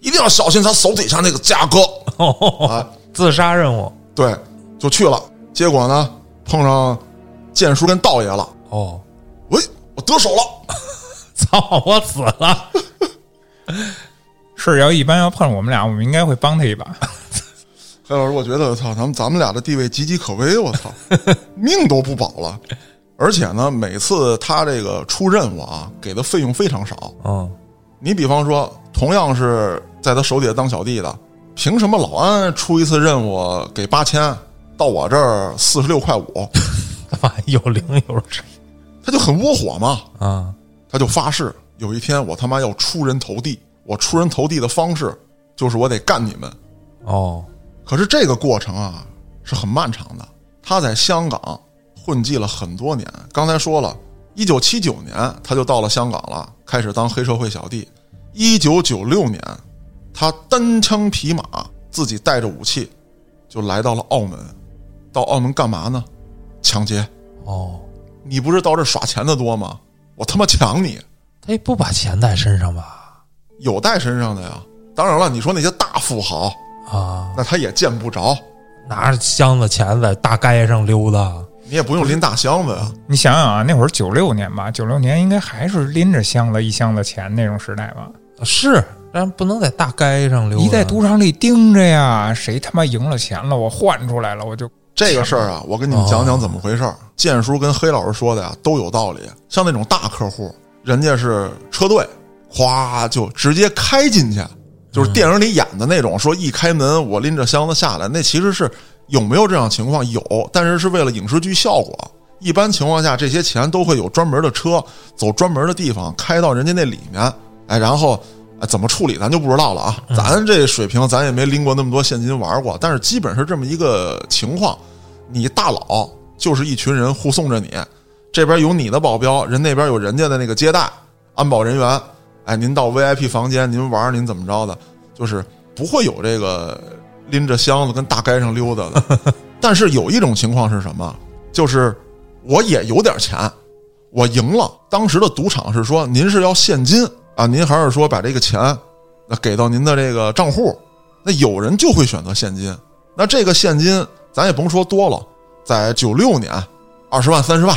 S1: 一定要小心他手底下那个价格。啊，
S2: 哦自杀任务
S1: 对，就去了。结果呢，碰上剑叔跟道爷了。
S2: 哦，
S1: 喂，我得手了，
S2: 操，我死了，
S3: 是要一般要碰上我们俩，我们应该会帮他一把。
S1: 黑老师，我觉得操，咱们咱们俩的地位岌岌可危，我操，命都不保了。而且呢，每次他这个出任务啊，给的费用非常少。
S2: 嗯，
S1: 你比方说，同样是在他手底下当小弟的，凭什么老安出一次任务给八千，到我这儿四十六块五，
S2: 他妈有零有实
S1: 他就很窝火嘛？
S2: 啊，
S1: 他就发誓，有一天我他妈要出人头地。我出人头地的方式就是我得干你们。
S2: 哦，
S1: 可是这个过程啊是很漫长的。他在香港混迹了很多年，刚才说了，一九七九年他就到了香港了，开始当黑社会小弟。一九九六年，他单枪匹马，自己带着武器，就来到了澳门。到澳门干嘛呢？抢劫！
S2: 哦，
S1: 你不是到这儿耍钱的多吗？我他妈抢你！
S2: 他也不把钱带身上吧？
S1: 有带身上的呀。当然了，你说那些大富豪，
S2: 啊，
S1: 那他也见不着，
S2: 拿着箱子钱在大街上溜达，
S1: 你也不用拎大箱子啊。
S3: 你想想啊，那会儿九六年吧，九六年应该还是拎着箱子一箱子钱那种时代吧。
S2: 是，但不能在大街上溜达。
S3: 你在赌场里盯着呀，谁他妈赢了钱了，我换出来了，我就
S1: 这个事儿啊，我跟你们讲讲怎么回事儿。建叔跟黑老师说的呀、都有道理。像那种大客户，人家是车队，咵就直接开进去，就是电影里演的那种，说一开门我拎着箱子下来，那其实是有没有这样情况？有，但是是为了影视剧效果。一般情况下，这些钱都会有专门的车走专门的地方开到人家那里面，哎，然后。哎，怎么处理咱就不知道了啊！咱这水平，咱也没拎过那么多现金玩过，但是基本是这么一个情况。你大佬就是一群人护送着你，这边有你的保镖，人那边有人家的那个接待安保人员。哎，您到 VIP 房间，您玩儿您怎么着的，就是不会有这个拎着箱子跟大街上溜达的。但是有一种情况是什么？就是我也有点钱，我赢了。当时的赌场是说，您是要现金啊，您还是说把这个钱那给到您的这个账户？那有人就会选择现金。那这个现金，咱也甭说多了，在九六年，二十万、三十万，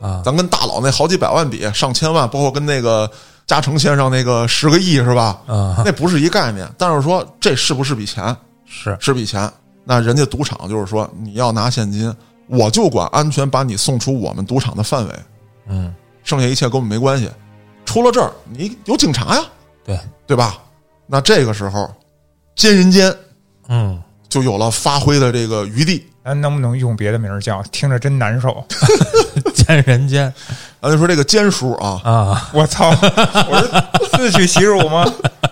S2: 啊，
S1: 咱跟大佬那好几百万比，上千万，包括跟那个嘉诚先生那个十个亿是吧？
S2: 啊，
S1: 那不是一概念。但是说这是不是笔钱？
S2: 是
S1: 是笔钱。那人家赌场就是说，你要拿现金，我就管安全把你送出我们赌场的范围，
S2: 嗯，
S1: 剩下一切跟我们没关系。出了这儿，你有警察呀，
S2: 对，
S1: 对吧？那这个时候，奸人间
S2: 嗯，
S1: 就有了发挥的这个余地。
S3: 咱能不能用别的名儿叫？听着真难受。
S2: 见人间
S1: 咱就说这个奸叔啊，
S2: 啊，
S3: 我 操！我是自取其辱吗？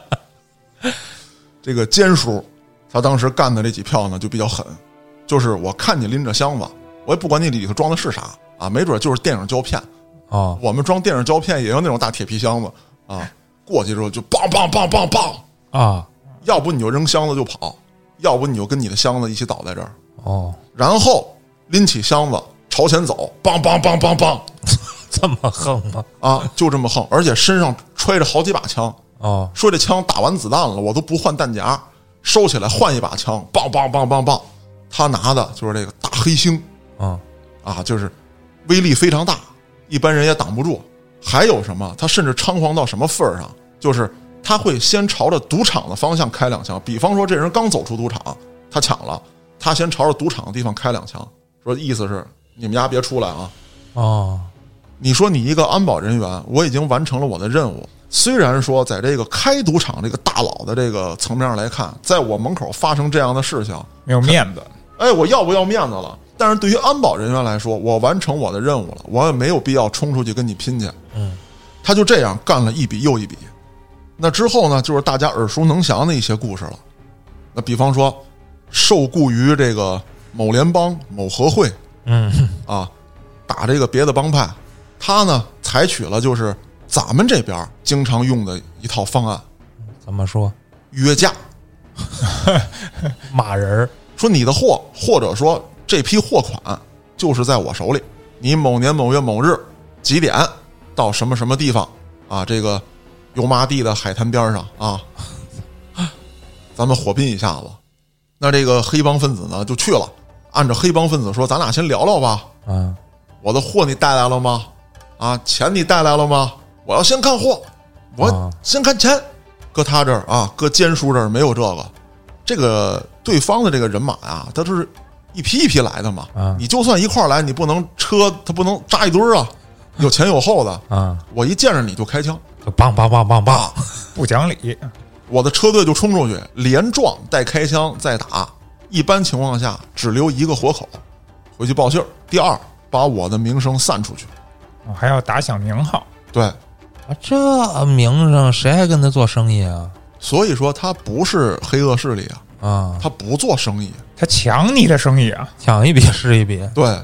S1: 这个奸叔，他当时干的这几票呢就比较狠，就是我看你拎着箱子，我也不管你里头装的是啥啊，没准就是电影胶片。
S2: 哦，
S1: 我们装电影胶片也有那种大铁皮箱子啊，过去之后就梆梆梆梆梆，
S2: 啊，
S1: 要不你就扔箱子就跑，要不你就跟你的箱子一起倒在这儿，
S2: 哦，
S1: 然后拎起箱子朝前走，梆梆梆梆梆
S2: 这么横吗？
S1: 啊，就这么横，而且身上揣着好几把枪，
S2: 哦，
S1: 说这枪打完子弹了，我都不换弹夹，收起来换一把枪，梆梆梆梆梆，他拿的就是这个大黑星
S2: 嗯，
S1: 啊，就是威力非常大，一般人也挡不住。还有什么？他甚至猖狂到什么份儿上？就是他会先朝着赌场的方向开两枪，比方说这人刚走出赌场，他抢了，他先朝着赌场的地方开两枪，说意思是你们家别出来啊，
S2: 哦，
S1: 你说你一个安保人员，我已经完成了我的任务。虽然说在这个开赌场这个大佬的这个层面上来看，在我门口发生这样的事情，
S3: 没有面子，
S1: 哎，我要不要面子了？但是对于安保人员来说，我完成我的任务了，我也没有必要冲出去跟你拼去。
S2: 嗯，
S1: 他就这样干了一笔又一笔。那之后呢，就是大家耳熟能详的一些故事了。那比方说，受雇于这个某联邦某和会
S2: 嗯，
S1: 啊，打这个别的帮派，他呢采取了就是咱们这边经常用的一套方案，
S2: 怎么说
S1: 约架。
S2: 骂人儿？
S1: 说你的货，或者说这批货款就是在我手里，你某年某月某日几点到什么什么地方啊？这个油麻地的海滩边上啊，咱们火拼一下子。那这个黑帮分子呢就去了，按照黑帮分子说，咱俩先聊聊吧。
S2: 啊，
S1: 我的货你带来了吗？啊，钱你带来了吗？我要先看货，我
S2: 啊
S1: 先看钱。搁他这儿啊，搁坚叔这儿没有这个。这个对方的这个人马啊，他都是一批一批来的嘛。
S2: 啊
S1: 你就算一块儿来，你不能车，他不能扎一堆儿啊，有前有后的。
S2: 啊，
S1: 我一见着你就开枪，
S2: 就棒棒棒棒棒！
S3: 不讲理，
S1: 我的车队就冲出去，连撞带开枪再打。一般情况下只留一个活口，回去报信儿。第二，把我的名声散出去。
S3: 我还要打响名号。
S1: 对，
S2: 啊，这名声谁还跟他做生意啊？
S1: 所以说他不是黑恶势力啊，
S2: 啊，
S1: 他不做生意。
S3: 他抢你的生意啊！
S2: 抢一笔 是一笔
S1: 对，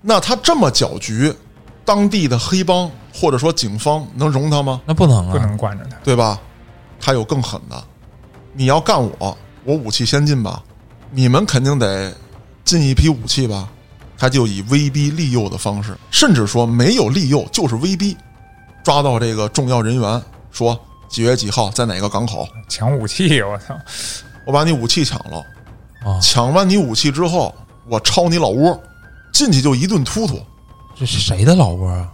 S1: 那他这么搅局，当地的黑帮或者说警方能容他吗？
S2: 那不能啊，
S3: 不能惯着他。
S1: 对吧？他有更狠的，你要干我，我武器先进吧，你们肯定得进一批武器吧。他就以威逼利诱的方式，甚至说没有利诱，就是威逼，抓到这个重要人员，说几月几号在哪个港口，
S3: 抢武器，我操！
S1: 我把你武器抢了，
S2: 啊，
S1: 抢完你武器之后，我抄你老窝，进去就一顿突突，
S2: 这是谁的老窝啊？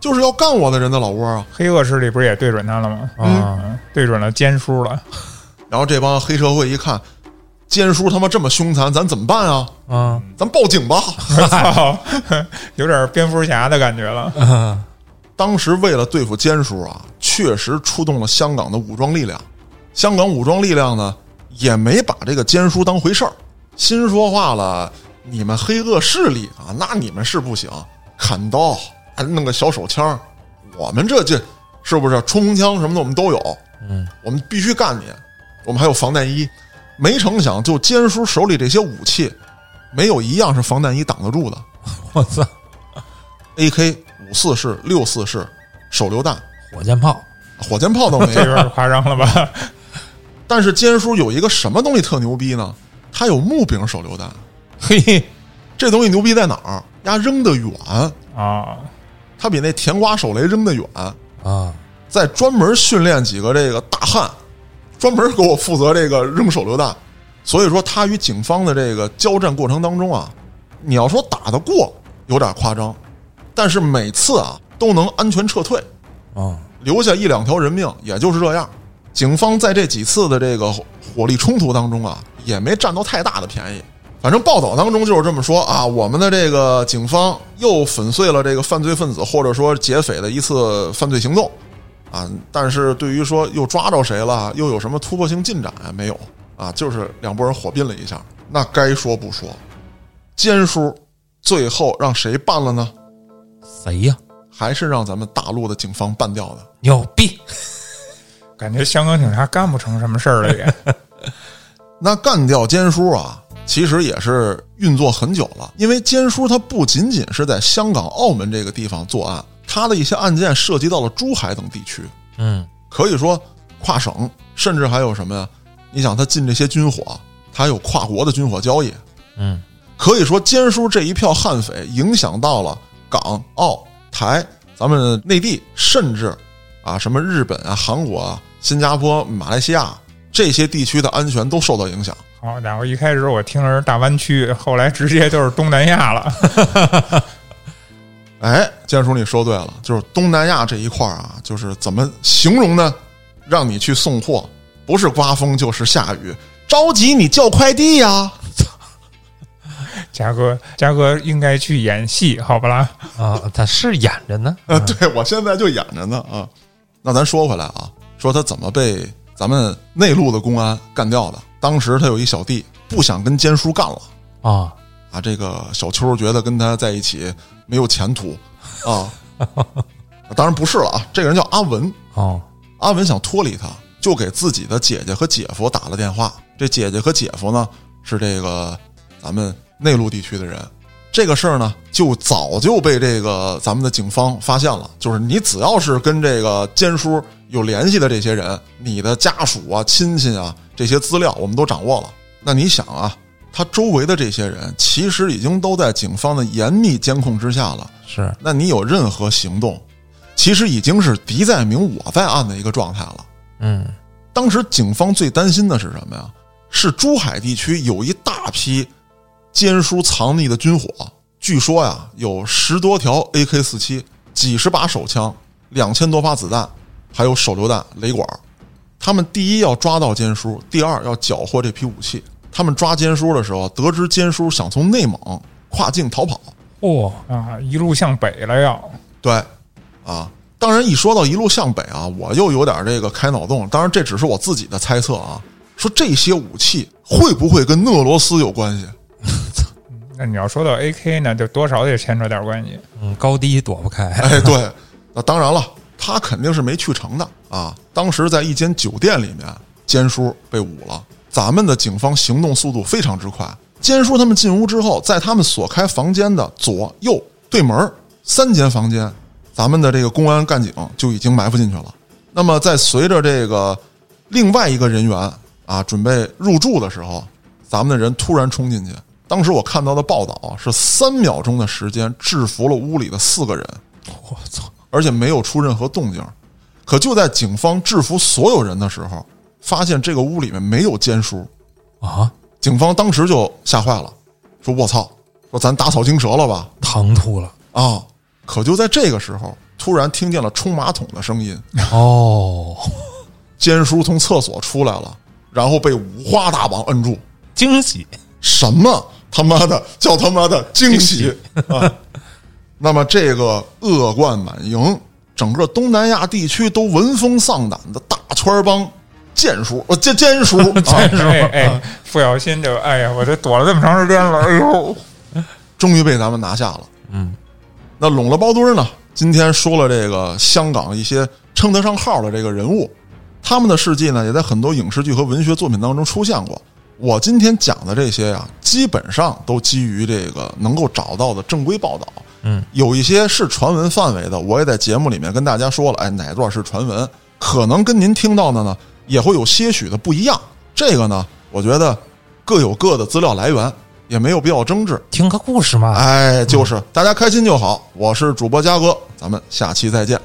S1: 就是要干我的人的老窝啊。
S3: 黑恶势力不是也对准他了吗？
S2: 啊，
S3: 嗯，对准了奸叔了，
S1: 然后这帮黑社会一看，奸叔他妈这么凶残，咱怎么办啊？
S2: 啊，
S1: 咱报警吧！
S3: 操， 有点蝙蝠侠的感觉了。
S2: 啊
S1: 当时为了对付奸叔啊，确实出动了香港的武装力量。香港武装力量呢，也没把这个奸叔当回事儿，心说话了，你们黑恶势力啊，那你们是不行，砍刀还弄个小手枪，我们这这是不是冲锋枪什么的我们都有，
S2: 嗯，
S1: 我们必须干你，我们还有防弹衣。没成想，就奸叔手里这些武器，没有一样是防弹衣挡得住的。
S2: 我操，
S1: AK 五四式、六四式、手榴弹、
S2: 火箭炮
S1: 火箭炮都没
S3: 这
S1: 有。
S3: 有点夸张了吧？
S1: 但是坚叔有一个什么东西特牛逼呢？他有木柄手榴弹，
S2: 嘿，
S1: 这东西牛逼在哪儿？呀，扔得远，
S3: 啊，
S1: 它比那甜瓜手雷扔得远。
S2: 啊，
S1: 再专门训练几个这个大汉，专门给我负责这个扔手榴弹。所以说，他与警方的这个交战过程当中啊，你要说打得过，有点夸张，但是每次啊都能安全撤退。
S2: 啊，
S1: 留下一两条人命，也就是这样。警方在这几次的这个火力冲突当中啊，也没占到太大的便宜。反正报道当中就是这么说啊，我们的这个警方又粉碎了这个犯罪分子或者说劫匪的一次犯罪行动啊，但是对于说又抓着谁了，又有什么突破性进展啊没有啊？就是两拨人火拼了一下。那该说不说，坚叔最后让谁办了呢？
S2: 谁呀？
S1: 还是让咱们大陆的警方办掉的。
S2: 牛逼！
S3: 感觉香港警察干不成什么事儿了也。
S1: 那干掉奸叔啊，其实也是运作很久了，因为奸叔他不仅仅是在香港、澳门这个地方作案，他的一些案件涉及到了珠海等地区，
S2: 嗯，
S1: 可以说跨省，甚至还有什么呀？你想他进这些军火，他有跨国的军火交易，
S2: 嗯，
S1: 可以说奸叔这一票悍匪影响到了港、澳、台，咱们内地，甚至啊什么日本啊、韩国啊、新加坡、马来西亚这些地区的安全都受到影响。
S3: 好家伙，一开始我听着是大湾区，后来直接就是东南亚了。
S1: 哎，建叔，你说对了，就是东南亚这一块儿啊，就是怎么形容呢？让你去送货，不是刮风就是下雨，着急你叫快递呀。
S3: 嘉哥，嘉哥应该去演戏，好不啦？
S2: 啊，他是演着呢，
S1: 呃，对我现在就演着呢啊。那咱说回来啊，说他怎么被咱们内陆的公安干掉的？当时他有一小弟不想跟坚叔干了，
S2: 啊，
S1: 啊，这个小秋觉得跟他在一起没有前途啊。当然不是了啊，这个人叫阿文，
S2: 哦，
S1: 阿文想脱离他，就给自己的姐姐和姐夫打了电话。这姐姐和姐夫呢是这个咱们内陆地区的人，这个事儿呢就早就被这个咱们的警方发现了。就是你只要是跟这个坚叔有联系的这些人，你的家属啊、亲戚啊这些资料我们都掌握了。那你想啊，他周围的这些人其实已经都在警方的严密监控之下了。
S2: 是
S1: 那你有任何行动，其实已经是敌在明我在暗的一个状态了。
S2: 嗯
S1: 当时警方最担心的是什么呀？是珠海地区有一大批奸书藏匿的军火，据说呀有十多条 AK 四七、几十把手枪、两千多发子弹，还有手榴弹、雷管。他们第一要抓到奸叔，第二要缴获这批武器。他们抓奸叔的时候，得知奸叔想从内蒙跨境逃跑，
S2: 哦，
S3: 啊，一路向北了要。
S1: 对，啊，当然一说到一路向北啊，我又有点这个开脑洞。当然，这只是我自己的猜测啊。说这些武器会不会跟俄罗斯有关系？
S3: 那你要说到 AK 呢，就多少得牵扯点关系。
S2: 嗯，高低躲不开，
S1: 哎，对，那当然了，他肯定是没去成的啊。当时在一间酒店里面，坚叔被捂了。咱们的警方行动速度非常之快，坚叔他们进屋之后，在他们所开房间的左右对门儿三间房间，咱们的这个公安干警就已经埋伏进去了。那么，在随着这个另外一个人员啊准备入住的时候，咱们的人突然冲进去。当时我看到的报道啊是三秒钟的时间制服了屋里的四个人，
S2: 我操，
S1: 而且没有出任何动静。可就在警方制服所有人的时候，发现这个屋里面没有监叔，
S2: 啊，
S1: 警方当时就吓坏了，说：“我操！”说咱打草惊蛇了吧？
S2: 唐突了，
S1: 啊！可就在这个时候，突然听见了冲马桶的声音，
S2: 哦，
S1: 监叔从厕所出来了，然后被五花大绑摁住。
S2: 惊喜，
S1: 什么他妈的叫他妈的惊喜啊！那么这个恶贯满盈，整个东南亚地区都闻风丧胆的大圈帮剑叔，呃，奸奸 叔啊，
S3: 哎哎，付小新就哎呀，我这躲了这么长时间了，哎呦，
S1: 终于被咱们拿下了。
S2: 嗯，
S1: 那拢了包堆儿呢？今天说了这个香港一些称得上号的这个人物，他们的事迹呢，也在很多影视剧和文学作品当中出现过。我今天讲的这些呀、基本上都基于这个能够找到的正规报道。
S2: 嗯，
S1: 有一些是传闻范围的，我也在节目里面跟大家说了，哎，哪段是传闻，可能跟您听到的呢，也会有些许的不一样。这个呢，我觉得各有各的资料来源，也没有必要争执。
S2: 听个故事嘛，
S1: 哎，就是大家开心就好。我是主播嘉哥，咱们下期再见。